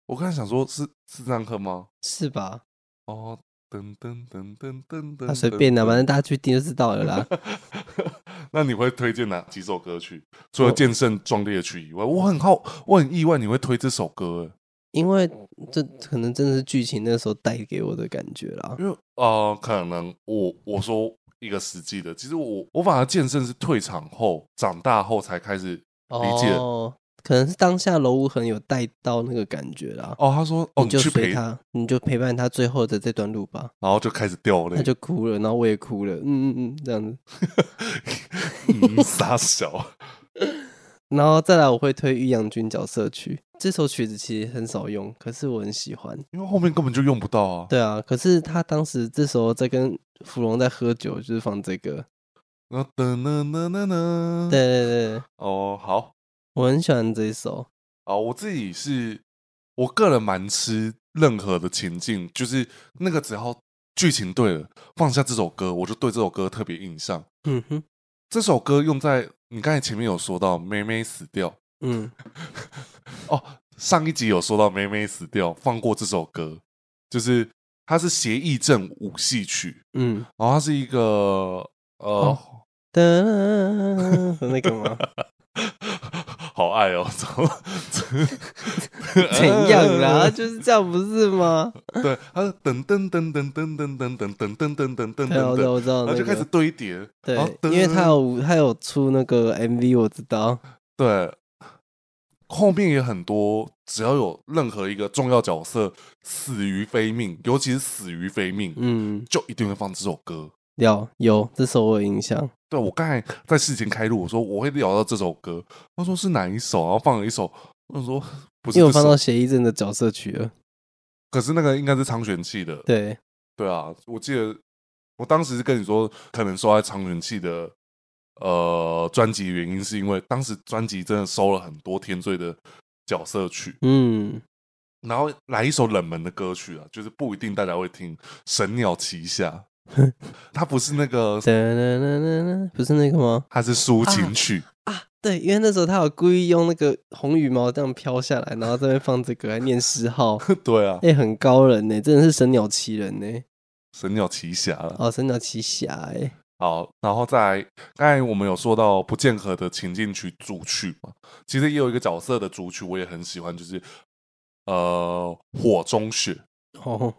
[SPEAKER 1] 我刚才想说是是这样哼吗？
[SPEAKER 2] 是吧？
[SPEAKER 1] 哦，噔噔噔噔噔噔，
[SPEAKER 2] 他随便啊的，
[SPEAKER 1] 噔
[SPEAKER 2] 反正大家去听就知道了啦。
[SPEAKER 1] 那你会推荐哪几首歌曲？除了
[SPEAKER 2] 我
[SPEAKER 1] 《剑圣壮烈曲》以外，我很好，我很意外你会推这首歌，欸
[SPEAKER 2] 因为这可能真的是剧情那时候带给我的感觉啦
[SPEAKER 1] 欸。因为呃，可能我我说一个实际的，其实我我反而剑圣是退场后、长大后才开始理解。哦，
[SPEAKER 2] 哦，可能是当下楼无痕有带到那个感觉啦。
[SPEAKER 1] 他说哦，
[SPEAKER 2] 你
[SPEAKER 1] 你
[SPEAKER 2] 就
[SPEAKER 1] 去
[SPEAKER 2] 随
[SPEAKER 1] 陪，然
[SPEAKER 2] 他，你就陪伴他最后的这段路吧。
[SPEAKER 1] 后就开始掉
[SPEAKER 2] 他
[SPEAKER 1] 泪，
[SPEAKER 2] 就哭了，然后我也哭了，嗯嗯嗯，这样子。
[SPEAKER 1] 嗯傻小。
[SPEAKER 2] 然后再来，我会推《玉阳君角色曲》这首曲子，其实很少用，可是我很喜欢。
[SPEAKER 1] 因为后面根本就用不到啊。
[SPEAKER 2] 对啊，可是他当时这时候在跟芙蓉在喝酒，就是放这个。
[SPEAKER 1] 然后噔噔噔噔噔，
[SPEAKER 2] 对，对对对，
[SPEAKER 1] 哦，好，
[SPEAKER 2] 我很喜欢这一首。
[SPEAKER 1] 啊，我自己是，我个人蛮吃任何的情境，就是那个只要剧情对了，放下这首歌，我就对这首歌特别印象。
[SPEAKER 2] 嗯哼，
[SPEAKER 1] 这首歌用在你刚才前面有说到妹妹死掉
[SPEAKER 2] 嗯，
[SPEAKER 1] 哦，上一集有说到妹妹死掉，放过这首歌，就是它是协议阵舞戏曲，
[SPEAKER 2] 嗯，
[SPEAKER 1] 然后它是一个呃，
[SPEAKER 2] 哦哒啦，那个吗？
[SPEAKER 1] 好爱哦，怎么
[SPEAKER 2] 怎样啊啦？就是这样，不是 吗？
[SPEAKER 1] 对，他是噔噔噔噔噔噔噔噔噔噔噔噔噔
[SPEAKER 2] 对，我知道，
[SPEAKER 1] 噔，然
[SPEAKER 2] 我知道
[SPEAKER 1] 后
[SPEAKER 2] 那
[SPEAKER 1] 就开始哦
[SPEAKER 2] 个。
[SPEAKER 1] 堆叠。
[SPEAKER 2] 对
[SPEAKER 1] 然后，
[SPEAKER 2] 因为他有他有出那个 MV，我知道。
[SPEAKER 1] 对，后面也很多，只要有任何一个重要角色死于非命，尤其是死于非命，
[SPEAKER 2] 嗯，
[SPEAKER 1] 就一定会放这首歌。
[SPEAKER 2] 有有，这首我有印象。
[SPEAKER 1] 对我刚才在事前开录，我说我会聊到这首歌，他说是哪一首，然后放了一首，我说不是
[SPEAKER 2] 因为
[SPEAKER 1] 这
[SPEAKER 2] 我放
[SPEAKER 1] 首，
[SPEAKER 2] 到协议阵的角色曲了。
[SPEAKER 1] 可是那个应该是苍玄气的，
[SPEAKER 2] 对，
[SPEAKER 1] 对啊，我记得我当时是跟你说，可能收在长远器的呃专辑，原因是因为当时专辑真的收了很多天罪的角色曲，
[SPEAKER 2] 嗯，
[SPEAKER 1] 然后来一首冷门的歌曲啊，就是不一定大家会听，《神鸟旗下》，它不是那个，
[SPEAKER 2] 哒啦啦啦啦，不是那个吗？
[SPEAKER 1] 它是抒情曲，
[SPEAKER 2] 啊，对，因为那时候他有故意用那个红羽毛这样飘下来，然后这边放这个来 念诗号，
[SPEAKER 1] 对啊，
[SPEAKER 2] 哎、很高人呢、真的是神鸟奇人呢、
[SPEAKER 1] 《神鸟旗下》了。
[SPEAKER 2] 哦，神鸟奇侠哎、
[SPEAKER 1] 好，然后再来刚才我们有说到不间合的情境曲主曲嘛，其实也有一个角色的主曲我也很喜欢，就是呃火中雪，
[SPEAKER 2] 哦，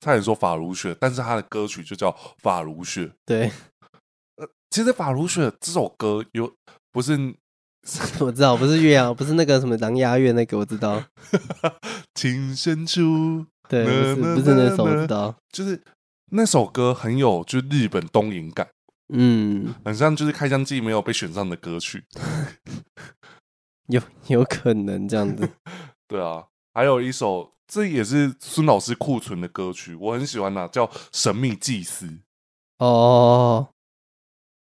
[SPEAKER 1] 差点说法如雪，但是他的歌曲就叫法如雪。
[SPEAKER 2] 对，
[SPEAKER 1] 其实法如雪这首歌有不是，
[SPEAKER 2] 我知道，不是岳阳，不是那个什么狼牙月那个，我知道，
[SPEAKER 1] 情深处，
[SPEAKER 2] 对，不是不是那首，我知道，
[SPEAKER 1] 就是那首歌很有就日本东瀛感，
[SPEAKER 2] 嗯，
[SPEAKER 1] 很像就是开箱季没有被选上的歌曲。
[SPEAKER 2] 有有可能这样子。
[SPEAKER 1] 对啊，还有一首这也是孙老师库存的歌曲，我很喜欢呐、叫《神秘祭司》。
[SPEAKER 2] 哦，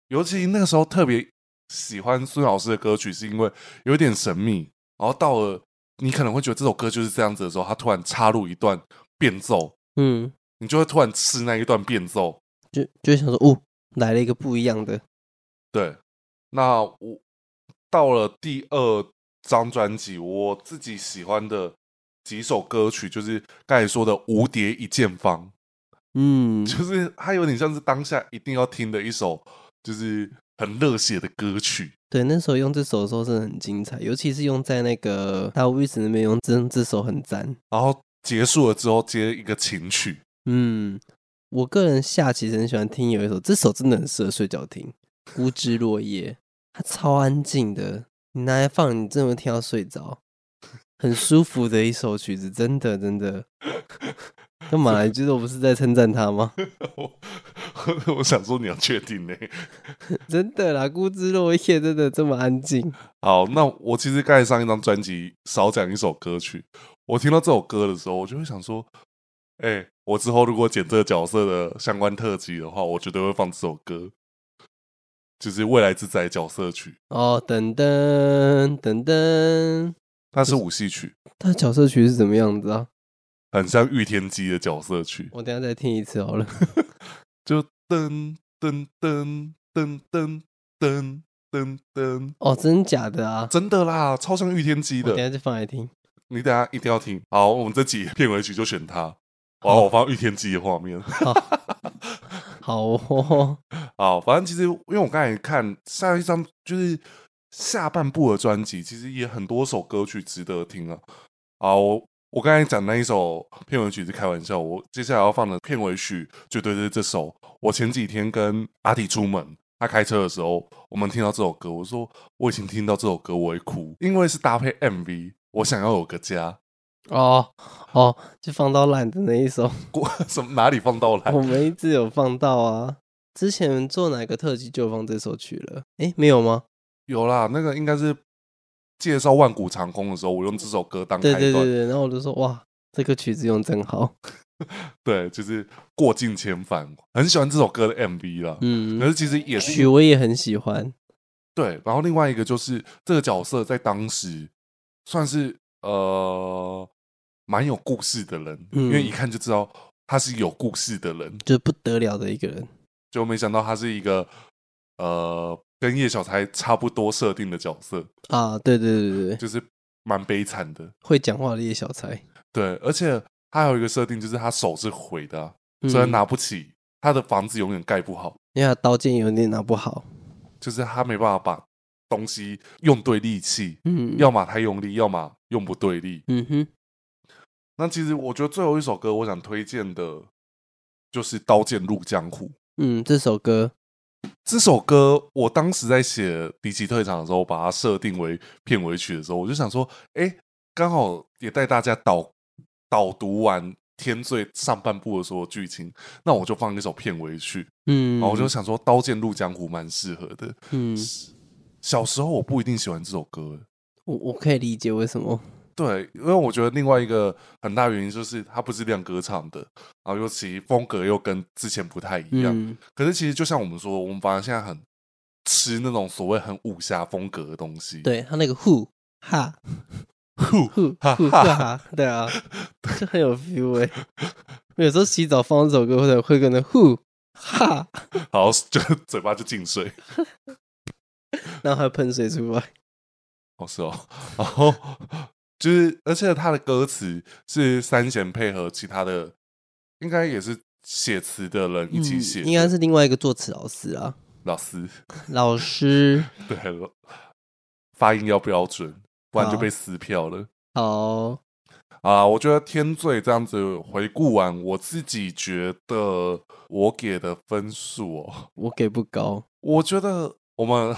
[SPEAKER 1] 尤其那个时候特别喜欢孙老师的歌曲，是因为有一点神秘，然后到了你可能会觉得这首歌就是这样子的时候，他突然插入一段变奏，
[SPEAKER 2] 嗯，
[SPEAKER 1] 你就会突然吃那一段变奏。
[SPEAKER 2] 就就想说，哦，来了一个不一样的。
[SPEAKER 1] 对，那我到了第二张专辑，我自己喜欢的几首歌曲就是刚才说的《无蝶一剑芳》。
[SPEAKER 2] 嗯，
[SPEAKER 1] 就是它有点像是当下一定要听的一首，就是很热血的歌曲。
[SPEAKER 2] 对，那时候用这首的时候真的很精彩，尤其是用在那个大卫史那边用这这首很赞。
[SPEAKER 1] 然后结束了之后接一个情曲，
[SPEAKER 2] 嗯，我个人下其实很喜欢听有一首，这首真的很适合睡觉听，《孤枝落叶》，它超安静的，你拿来放，你真的会听到睡着，很舒服的一首曲子，真的真的。干嘛？你觉得我不是在称赞他吗？
[SPEAKER 1] 我 我想说你要确定呢、
[SPEAKER 2] 真的啦，《孤枝落叶》真的这么安静？
[SPEAKER 1] 好，那我其实刚才上一张专辑少讲一首歌曲，我听到这首歌的时候，我就会想说，哎、我之后如果剪这个角色的相关特辑的话，我绝对会放这首歌，就是未来之仔角色曲，
[SPEAKER 2] 哦，噔噔噔噔，
[SPEAKER 1] 它是舞戏曲，
[SPEAKER 2] 他角色曲是怎么样子啊？
[SPEAKER 1] 很像御天机的角色曲。
[SPEAKER 2] 我等一下再听一次好了。
[SPEAKER 1] 就噔噔噔噔噔噔噔噔，
[SPEAKER 2] 哦，真假的啊？
[SPEAKER 1] 真的啦，超像御天机
[SPEAKER 2] 我等一
[SPEAKER 1] 的，
[SPEAKER 2] 下就放来听。
[SPEAKER 1] 你等一下一定要听。好，我们这集片尾曲就选它。哇，
[SPEAKER 2] 好
[SPEAKER 1] 我放御天机的画面。
[SPEAKER 2] 好，好哦。
[SPEAKER 1] 好，反正其实因为我刚才看下一张就是下半部的专辑，其实也很多首歌曲值得听啊。好，我我刚才讲那一首片尾曲是开玩笑，我接下来要放的片尾曲绝对是这首。我前几天跟阿迪出门，他开车的时候，我们听到这首歌，我说我已经听到这首歌我会哭，因为是搭配 MV，我想要有个家。
[SPEAKER 2] 哦哦，就放到烂的那一 首，
[SPEAKER 1] 过什么哪里放到来
[SPEAKER 2] 我？们一直有放到啊。之前做哪个特辑就放这首曲了？诶，没有吗？
[SPEAKER 1] 有啦，那个应该是介绍万古长空的时候，我用这首歌当开端。
[SPEAKER 2] 对对对对，然后我就说哇，这个曲子用 真好。
[SPEAKER 1] 对，就是过尽千帆，很喜欢这首歌的 MV 啦。可
[SPEAKER 2] 嗯，
[SPEAKER 1] 是其实也是
[SPEAKER 2] 曲我也很喜欢。
[SPEAKER 1] 对，然后另外一个就是这个角色在当时算是呃蛮有故事的人，
[SPEAKER 2] 嗯
[SPEAKER 1] 因为一看就知道他是有故事的人，
[SPEAKER 2] 就不得了的一个人，
[SPEAKER 1] 就没想到他是一个呃跟叶小钗差不多设定的角色，
[SPEAKER 2] 啊！对对对对对，
[SPEAKER 1] 就是蛮悲惨的。
[SPEAKER 2] 会讲话的叶小钗，
[SPEAKER 1] 对，而且他还有一个设定就是他手是毁的啊、
[SPEAKER 2] 嗯
[SPEAKER 1] 虽然拿不起，他的房子永远盖不好。
[SPEAKER 2] 因为他刀剑有点拿不好，
[SPEAKER 1] 就是他没办法把东西用对力气，
[SPEAKER 2] 嗯，
[SPEAKER 1] 要么太用力，要么用不对力。
[SPEAKER 2] 嗯哼，
[SPEAKER 1] 那其实我觉得最后一首歌我想推荐的就是《刀剑入江湖》
[SPEAKER 2] 嗯，这首歌
[SPEAKER 1] 这首歌。我当时在写《敌奇退场》的时候，把它设定为片尾曲的时候，我就想说，哎，刚好也带大家导导读完。天罪上半部的所有剧情，那我就放一首片尾曲，
[SPEAKER 2] 嗯，
[SPEAKER 1] 然哦后我就想说，《刀剑入江湖》蛮适合的。
[SPEAKER 2] 嗯，
[SPEAKER 1] 小时候我不一定喜欢这首歌，欸
[SPEAKER 2] 我我可以理解为什么，
[SPEAKER 1] 对，因为我觉得另外一个很大原因就是它不是亮歌唱的，然后尤其风格又跟之前不太一样。
[SPEAKER 2] 嗯
[SPEAKER 1] 可是其实就像我们说，我们反而现在很吃那种所谓很武侠风格的东西。，
[SPEAKER 2] 对他那个 who 哈
[SPEAKER 1] Who，
[SPEAKER 2] who
[SPEAKER 1] 哈
[SPEAKER 2] who
[SPEAKER 1] 哈
[SPEAKER 2] 哈， 对啊，就很有 feel 哎、我 有时候洗澡放这首歌，或者会跟着 who 哈，
[SPEAKER 1] 然后就嘴巴就进水。
[SPEAKER 2] 然后还喷水出来。
[SPEAKER 1] 哦，是哦，然后就是，而且他的歌词是三弦配合其他的，应该也是写词的人一起写的、
[SPEAKER 2] 嗯应该是另外一个作词老师啊，
[SPEAKER 1] 老师
[SPEAKER 2] 老师
[SPEAKER 1] 对了，发音要标准，不然就
[SPEAKER 2] 好
[SPEAKER 1] 被撕票了。
[SPEAKER 2] 好，
[SPEAKER 1] 啊，我觉得《天罪》这样子回顾完，我自己觉得我给的分数哦，
[SPEAKER 2] 我给不高，
[SPEAKER 1] 我觉得我们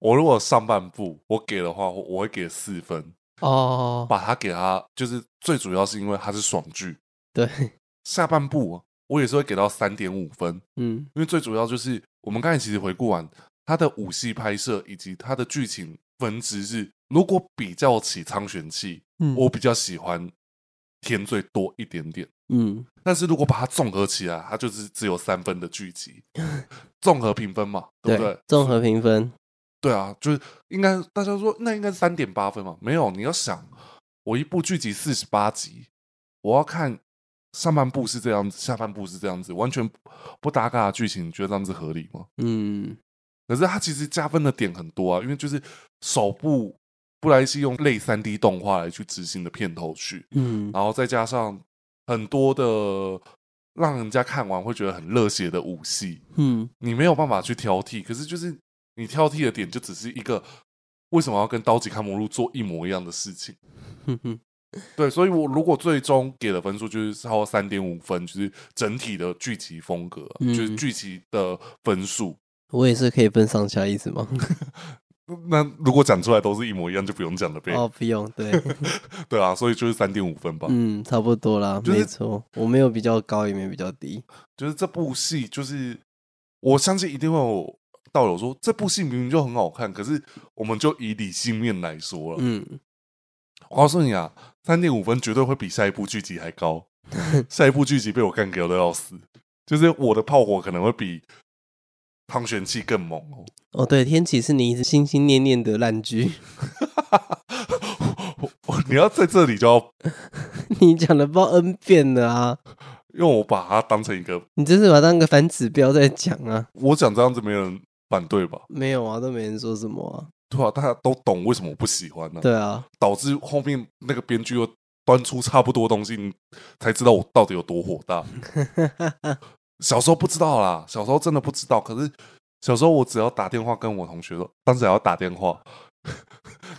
[SPEAKER 1] 我如果上半部我给的话，我会给四分，
[SPEAKER 2] 哦，
[SPEAKER 1] 把它给它就是最主要是因为它是爽剧，
[SPEAKER 2] 对，
[SPEAKER 1] 下半部哦我也是会给到三点五分，
[SPEAKER 2] 嗯
[SPEAKER 1] 因为最主要就是我们刚才其实回顾完它的武戏拍摄以及它的剧情分支是，如果比较起苍玄气，
[SPEAKER 2] 嗯
[SPEAKER 1] 我比较喜欢天罪多一点点。
[SPEAKER 2] 嗯
[SPEAKER 1] 但是如果把它综合起来，它就是只有三分的剧集，综合评分嘛，对不对？
[SPEAKER 2] 综合评分，
[SPEAKER 1] 对啊，就是应该大家说那应该是三点八分嘛？没有，你要想，我一部剧集四十八集，我要看上半部是这样子，下半部是这样子，完全不搭嘎的剧情，你觉得这样子合理吗？
[SPEAKER 2] 嗯
[SPEAKER 1] 可是它其实加分的点很多啊，因为就是首部布莱希用类三 D 动画来去执行的片头曲，
[SPEAKER 2] 嗯
[SPEAKER 1] 然后再加上很多的让人家看完会觉得很热血的武戏，
[SPEAKER 2] 嗯
[SPEAKER 1] 你没有办法去挑剔，可是就是你挑剔的点就只是一个为什么要跟刀戟看魔录做一模一样的事情？
[SPEAKER 2] 哼哼，
[SPEAKER 1] 对，所以我如果最终给的分数就是超过三点五分，就是整体的剧集风格，啊
[SPEAKER 2] 嗯
[SPEAKER 1] 就是剧集的分数。
[SPEAKER 2] 我也是可以分上下意思吗？
[SPEAKER 1] 那如果讲出来都是一模一样，就不用讲了呗，
[SPEAKER 2] 哦，不用， 对，
[SPEAKER 1] 对啊，所以就是三点五分吧。
[SPEAKER 2] 嗯，差不多啦，
[SPEAKER 1] 就是
[SPEAKER 2] 没错，我没有比较高，也没有比较低，
[SPEAKER 1] 就是这部戏，就是我相信一定会有道友说，这部戏明明就很好看，可是我们就以理性面来说了，
[SPEAKER 2] 嗯，
[SPEAKER 1] 我告诉你啊，三点五分绝对会比下一部剧集还高。下一部剧集被我干掉的要死，就是我的炮火可能会比汤玄气更猛哦。
[SPEAKER 2] 哦，对，天启是你一直心心念念的烂剧，
[SPEAKER 1] 我我你要在这里就要，
[SPEAKER 2] 你讲了不知道 N 遍了啊，
[SPEAKER 1] 因为我把它当成一个，
[SPEAKER 2] 你真是把它当个反指标在讲啊，
[SPEAKER 1] 我讲这样子没人反对吧？
[SPEAKER 2] 没有啊，都没人说什么啊，
[SPEAKER 1] 对啊，大家都懂为什么我不喜欢呢、
[SPEAKER 2] 对啊，
[SPEAKER 1] 导致后面那个编剧又端出差不多东西，你才知道我到底有多火大。小时候不知道啦，小时候真的不知道。可是小时候我只要打电话跟我同学说，当时还要打电话，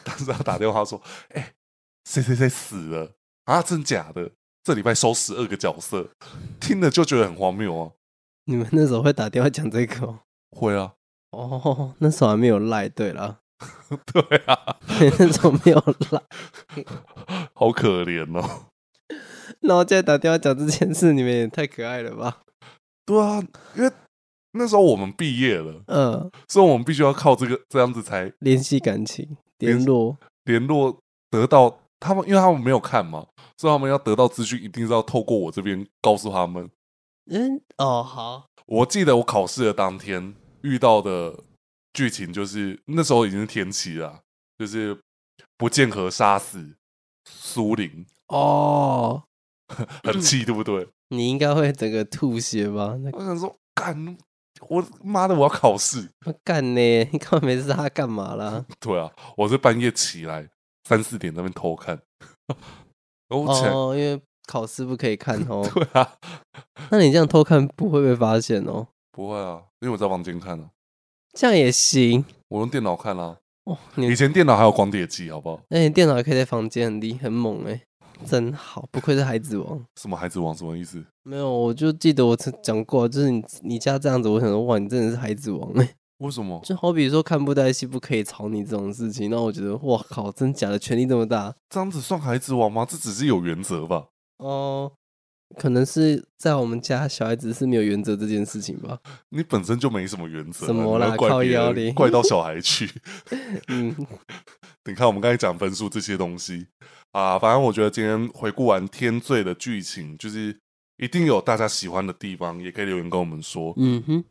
[SPEAKER 1] 当时要打电话说，哎、谁谁谁死了啊？真假的？这礼拜收十二个角色，听了就觉得很荒谬啊。
[SPEAKER 2] 你们那时候会打电话讲这个哦，
[SPEAKER 1] 会啊，
[SPEAKER 2] 哦，那时候还没有赖，对啦，
[SPEAKER 1] 对啊，
[SPEAKER 2] 那时候没有赖。
[SPEAKER 1] 好可怜哦。
[SPEAKER 2] 然后再打电话讲这件事，你们也太可爱了吧？
[SPEAKER 1] 对啊，因为那时候我们毕业了，
[SPEAKER 2] 嗯，
[SPEAKER 1] 所以我们必须要靠这个这样子才
[SPEAKER 2] 联系感情，
[SPEAKER 1] 联
[SPEAKER 2] 联络，
[SPEAKER 1] 联络得到他们，因为他们没有看嘛，所以他们要得到资讯，一定是要透过我这边告诉他们。
[SPEAKER 2] 嗯，哦，好，
[SPEAKER 1] 我记得我考试的当天遇到的剧情，就是那时候已经是天启了啊，就是不见河杀死苏林，
[SPEAKER 2] 哦，
[SPEAKER 1] 很气，对不对？
[SPEAKER 2] 你应该会整个吐血吧？那
[SPEAKER 1] 我想说，干，我妈的，我要考试。
[SPEAKER 2] 个干呢？你干嘛没事他干嘛啦？
[SPEAKER 1] 对啊，我是半夜起来三四点在那边偷看， 然后我起来，
[SPEAKER 2] 哦，因为考试不可以看哦。
[SPEAKER 1] 对啊，
[SPEAKER 2] 那你这样偷看不会被发现哦？
[SPEAKER 1] 不会啊，因为我在房间看啊，
[SPEAKER 2] 这样也行
[SPEAKER 1] 我用电脑看啊。
[SPEAKER 2] 哦。你
[SPEAKER 1] 以前电脑还有光碟机，好不好？
[SPEAKER 2] 那你电脑也可以在房间，很厉很猛哎，真好，不愧是孩子王。
[SPEAKER 1] 什么孩子王什么意思？
[SPEAKER 2] 没有，我就记得我曾讲过，就是你你家这样子，我想说哇，你真的是孩子王哎。
[SPEAKER 1] 为什么？
[SPEAKER 2] 就好比说看布袋戏不可以吵你这种事情，那我觉得哇靠，真假的权力这么大
[SPEAKER 1] 这样子算孩子王吗？这只是有原则吧。
[SPEAKER 2] 哦。可能是在我们家小孩子是没有原则这件事情吧。
[SPEAKER 1] 你本身就没什么原则啊，
[SPEAKER 2] 什么
[SPEAKER 1] 你
[SPEAKER 2] 啦
[SPEAKER 1] 要怪别人
[SPEAKER 2] 靠腰嘞
[SPEAKER 1] 怪到小孩去。
[SPEAKER 2] 嗯，
[SPEAKER 1] 你看我们刚才讲分数这些东西啊，反正我觉得今天回顾完《天罪》的剧情，就是一定有大家喜欢的地方，也可以留言跟我们说。
[SPEAKER 2] 嗯哼，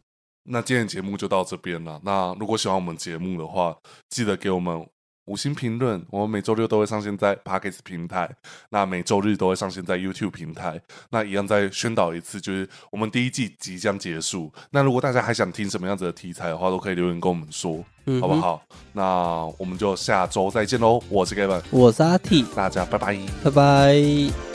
[SPEAKER 1] 那今天的节目就到这边了。那如果喜欢我们节目的话，记得给我们五星评论。我们每周六都会上线在 Pockets 平台，那每周日都会上线在 YouTube 平台。那一样再宣导一次，就是我们第一季即将结束。那如果大家还想听什么样子的题材的话，都可以留言跟我们说，
[SPEAKER 2] 嗯哼
[SPEAKER 1] 好不？好？那我们就下周再见喽。我是 Gavin，
[SPEAKER 2] 我是阿 T，
[SPEAKER 1] 大家拜拜。
[SPEAKER 2] 拜拜。